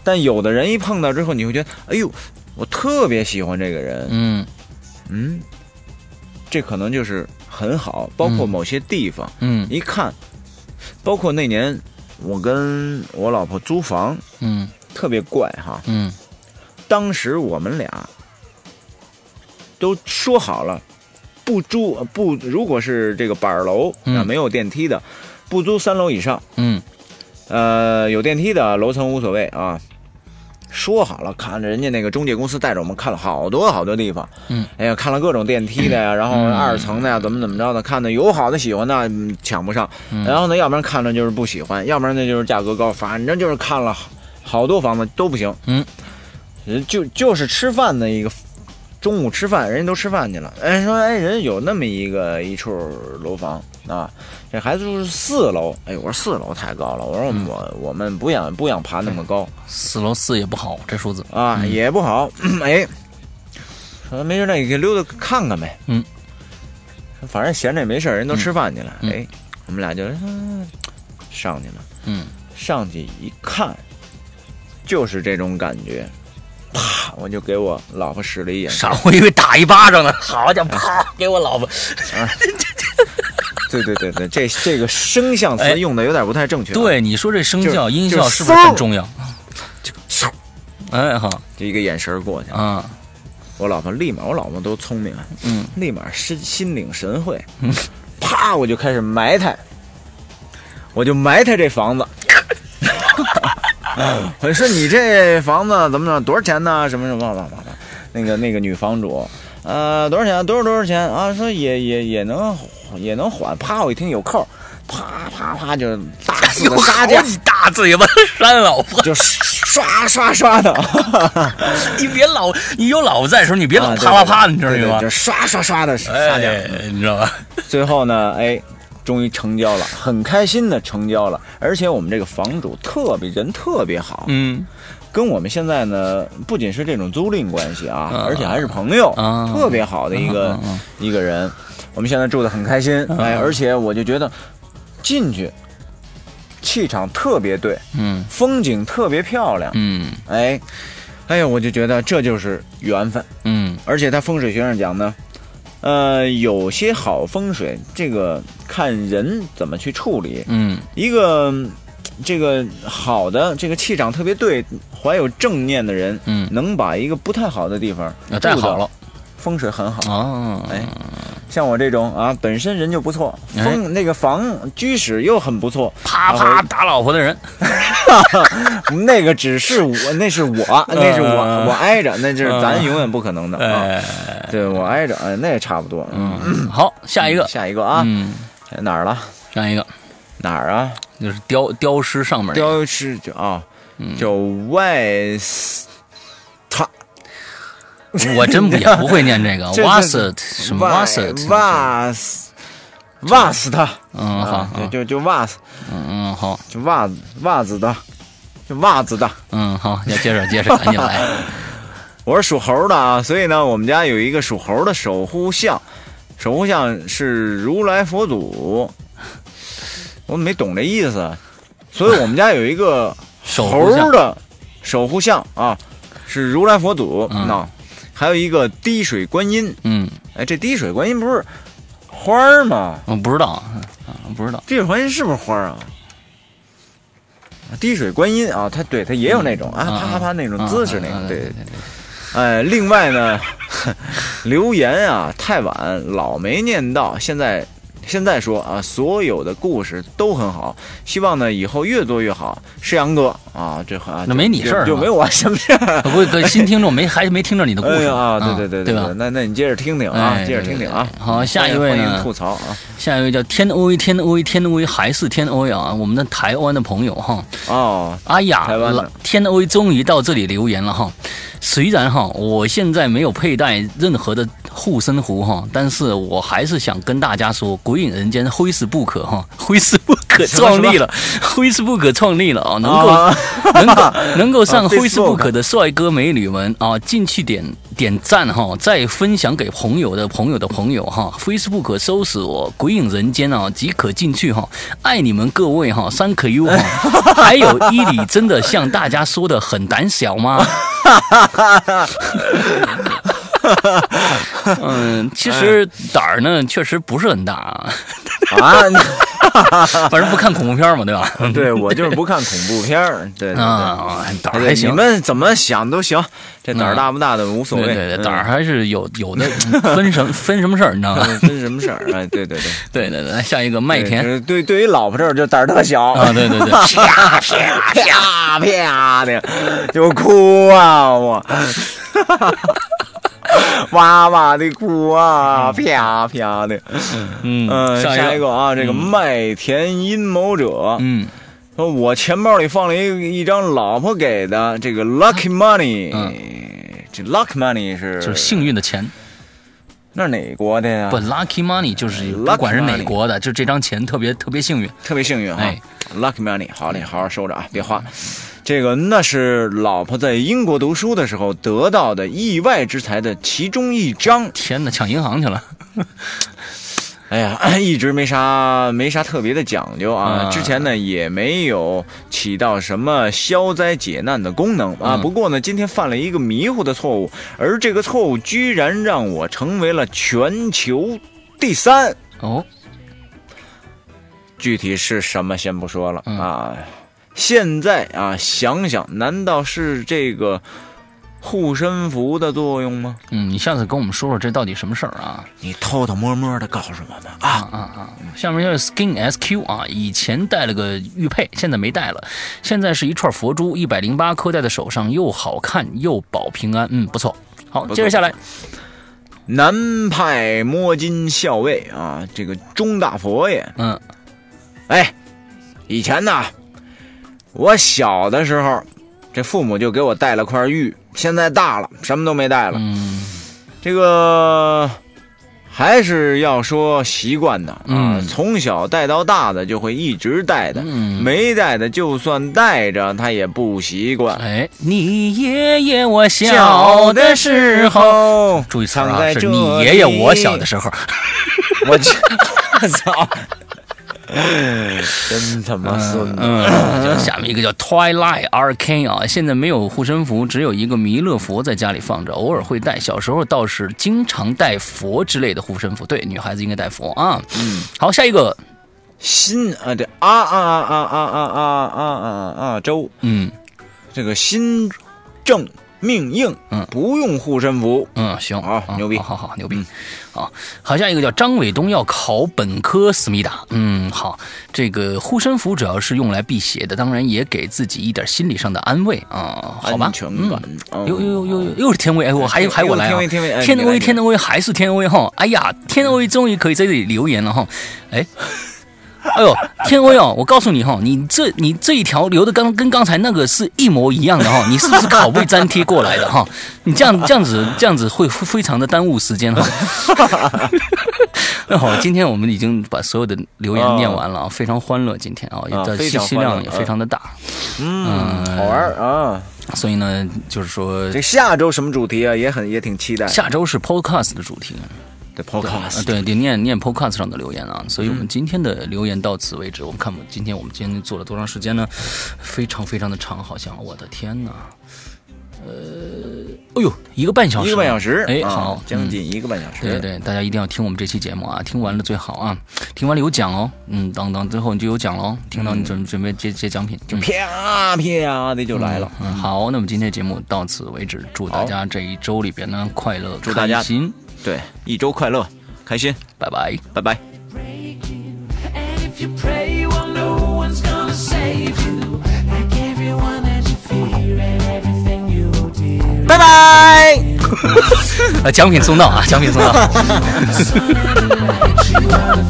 但有的人一碰到之后，你会觉得，哎呦，我特别喜欢这个人，
嗯
嗯，这可能就是很好。包括
嗯
某些地方，
嗯
一看，包括那年我跟我老婆租房，
嗯
特别怪哈，
嗯
当时我们俩都说好了，不租呃不，如果是这个板儿楼
嗯
啊，没有电梯的，不租三楼以上，
嗯
呃，有电梯的楼层无所谓啊。说好了，看着人家那个中介公司带着我们看了好多好多地方，
嗯，
哎呀，看了各种电梯的呀，然后
嗯
二层的呀，怎么怎么着的，看的有好的喜欢的嗯抢不上，
嗯
然后呢，要不然看着就是不喜欢，要不然那就是价格高，反正就是看了好好多房子都不行，
嗯
人，就就是吃饭的一个。中午吃饭，人家都吃饭去了。哎，说哎，人家有那么一个一处楼房啊，这孩子住是四楼。哎，我说四楼太高了，
嗯
我说我们我我们不想不想爬那么高
四楼四也不好，这数字，
啊，也不好。 哎，说没事，那你给溜达看看呗。
嗯，
反正闲着也没事儿，人都吃饭去了。
嗯嗯
哎，我们俩就、嗯上去了，
嗯
上去一看，就是这种感觉。啪！我就给我老婆使了一眼，
啥？我以为打一巴掌呢，好家伙，啪给我老婆，
对对对对，这这个声像
哎
词用的有点不太正确、，啊
对，你说这声效、
就
音
就
效是不是
嗖
很重要？就嗖，哎哈
就一个眼神儿过去，
啊，
我老婆立马，我老婆多聪明啊，
嗯，
立马心心领神会，啪，我就开始埋汰，我就埋汰这房子。 我就说你这房子怎么着？多少钱呢？什么什么什么什么？那个那个女房主，呃，多少钱？多少多少钱啊？说也也也能也能缓。啪，我一听有扣，啪啪啪就大 肆
有
的
好
杀价，
几大嘴巴扇老婆，
就刷刷刷的。
你别老你有老婆在的时候，你 别老
啊
啪啪啪，
对
你知道
对对
吗
就？刷刷刷的杀价。
哎，你知道吧？
最后呢，哎，终于成交了，很开心的成交了。而且我们这个房主特别人特别好，
嗯
跟我们现在呢不仅是这种租赁关系啊，
啊
而且还是朋友，
啊
特别好的一个、
啊啊啊
一个人。我们现在住的很开心，哎，而且我就觉得进去气场特别对，
嗯
风景特别漂亮，
嗯
哎，哎呀，我就觉得这就是缘分。
嗯
而且它风水学上讲呢，呃，有些好风水，这个看人怎么去处理。
嗯
一个嗯这个好的这个气场特别对，怀有正念的人，
嗯
能把一个不太好的地方
那太啊好了，
风水很好。
啊！
哎，像我这种啊，本身人就不错，
哎
风、那个房居室又很不错，
啪啪打老婆的人，
那个只是我，那是 我，
嗯
那是我，我挨着，那是咱永远不可能的啊。
哎，
对我挨着，哎，那也差不多。嗯，
嗯，好，下一个，
下一个啊，
嗯，
哪儿了？
下一个
哪儿啊？
就是雕雕师上面那个
雕是就啊，叫 West，他
我真不也不会念这个
这这
wasit 什么 wasit，
West West 他
嗯好
啊，
好
就就就 West
嗯嗯好
就袜子袜子的，就袜子的。
嗯好，要接着接 着赶紧来，
我是属猴的啊，所以呢，我们家有一个属猴的守护像，守护像是如来佛祖。我没懂这意思，啊所以我们家有一个
守
猴
护像
儿的守护像啊，是如来佛祖
嗯
那、还有一个滴水观音。
嗯，
哎，这滴水观音不是花儿吗？
我不知道啊，我不知道。
滴水观音是不是花儿啊？滴水观音啊，它对它也有那种、啊啪啪啪那种姿势那个，
啊啊啊
对对
对对对，
哎，另外呢， 留言啊太晚，老没念到，现在现在说啊，所有的故事都很好，希望呢以后越多越好。是杨哥啊，这啊
那没你
就
事儿
就
嘛
没我什么事儿。
可不可新听众没还没听着你的故
哎
事
呀啊，对对对
嗯对
对，
吧？
那那你接着听听啊，
哎
接着
对
听
对
听啊
对。好下一
欢迎
位
欢
呢
迎吐槽啊。
下一位叫天欧天欧天欧还是天欧啊？我们的台湾的朋友哈，
哦，
哎呀
台湾的，
天欧终于到这里留言了哈。虽然哈，我现在没有佩戴任何的护身符哈，但是我还是想跟大家说，《鬼影人间》挥之不可哈，挥之不可
什么
创立了， 挥之不可创立了啊！能够、
啊
能够能够上
啊
挥之不
Facebook
可的帅哥美女们啊，进去点点赞哈，再分享给朋友的朋友的朋友哈，Facebook 搜索“鬼影人间”啊，即可进去哈，爱你们各位哈，三可 U 哈，还有伊里真的像大家说的很胆小 吗？嗯，其实胆儿呢确实不是很大，啊，
啊，
反正不看恐怖片嘛，对吧？嗯
对我就是不看恐怖片儿，对对对。
啊，胆
哎
儿
对
还
你
行。啊
们怎么想都行，这胆儿大不大的无所谓。
对对对，胆 儿
嗯
还是有有的， 分什么分什么事儿，你知道吗？
分嗯什么事儿？哎，对对对。
对对对，下一个麦田
对，对，对于老婆这儿就胆儿特小，
哎啊，对对对，
啪啪啪啪的就哭啊，我， 哇哇的哭啊，啪啪的。
嗯
嗯，下
一
一个啊，这个麦田阴谋者，
嗯
说我钱包里放了一一张老婆给的这个 lucky money，
嗯
这 lucky money
就是是幸运的钱，
那是哪国的呀
不？，lucky money 就是不
啊 Lucky
管是哪
money
国的，就这张钱特别特别幸运。
特别幸运哈、
哎嗯
l u c k y money，好嘞，好好收着啊，别花。这个那是老婆在英国读书的时候得到的意外之财的其中一张。
天哪，抢银行去了！
哎呀， 一直没啥没啥特别的讲究啊，
啊
之前呢也没有起到什么消灾解难的功能啊。
嗯
不过呢，今天犯了一个迷糊的错误，而这个错误居然让我成为了全球第三。
哦，
具体是什么先不说了、
嗯
啊。现在啊，想想，难道是这个护身符的作用吗？
嗯，你下次跟我们说说这到底什么事儿啊？
你偷偷摸摸的告诉我们
啊
啊！
啊啊！下面就是 Skin SQ 啊，以前戴了个玉佩，现在没戴了，现在是一串佛珠，一百零八颗戴在手上，又好看又保平安，嗯，不错。好，
错
接着下来，
南派摸金校尉啊，这个钟大佛爷，
嗯
哎，以前呢，我小的时候，这父母就给我带了块玉，现在大了，什么都没带了。
嗯
这个还是要说习惯的啊，
嗯
从小带到大的就会一直带的，
嗯，
没带的就算带着他也不习惯。
哎，你爷爷我小的时候。
候
注意词儿
躺
啊，
在
是
这
你
里
爷爷我小的时 候，
我去，我操！真他妈孙子！
嗯，就下面一个叫 Twilight RK 啊，现在没有护身符，只有一个弥勒佛在家里放着，偶尔会带。小时候倒是经常带佛之类的护身符，对，女孩子应该带佛啊。嗯，好，下一个，
新啊，这啊啊啊啊啊啊啊啊啊周，
嗯
这个心正命硬，
嗯
不用护身符，
嗯，行，
好
嗯
牛逼
好好好，牛逼，好，好，下一个叫张伟东要考本科思密达，嗯，好，这个护身符主要是用来辟邪的，当然也给自己一点心理上的安慰啊，好吧，
安全感。嗯
又又又又又是天威，哎，我还有还有我来啊！
天威天威哎嗯
天
你来
威
你
天威还是天威哈！哎呀，天威终于可以在这里留言了哈！哎， 哎呦，天威哦，我告诉你哈，你这你这一条留的刚跟刚才那个是一模一样的哈，你是不是拷贝粘贴过来的哈？你这样这样子这样子会会非常的耽误时间哈。 那好，今天我们已经把所有的留言念完了啊，非常欢乐，今天啊，
哦啊
这
非
信
常
息
欢乐
量也非常的大，
嗯，好玩儿啊！
所以呢，就是说
这下周什么主题啊？也很也挺期待。
下周是 Podcast 的主题。
对 Podcast，
呃对，得念念 Podcast 上的留言啊。所以我们今天的留言到此为止。我们看我们今天我们今天做了多长时间呢？非常非常的长，好像我的天哪，呃，哎呦，一个半小时，
一个半小时，
哎，
啊
好，
将
嗯
近一个半小时，
对对，大家一定要听我们这期节目啊，听完了最好啊，听完了有奖哦，嗯，等等，最后你就有奖喽，听到你准准备接接奖品，就
啪啪的就嗯来了。
嗯，好，那么今天节目到此为止，祝大家这一周里边呢快乐，
祝大家
开心，
对，一周快乐，开心，
拜拜。
拜拜。
breaking. And if you pray, well, no one's gonna save you. Like everyone that you fear and everything you dear.
拜拜。
呃，奖品送到啊，奖品送到。
Sun and light, you are the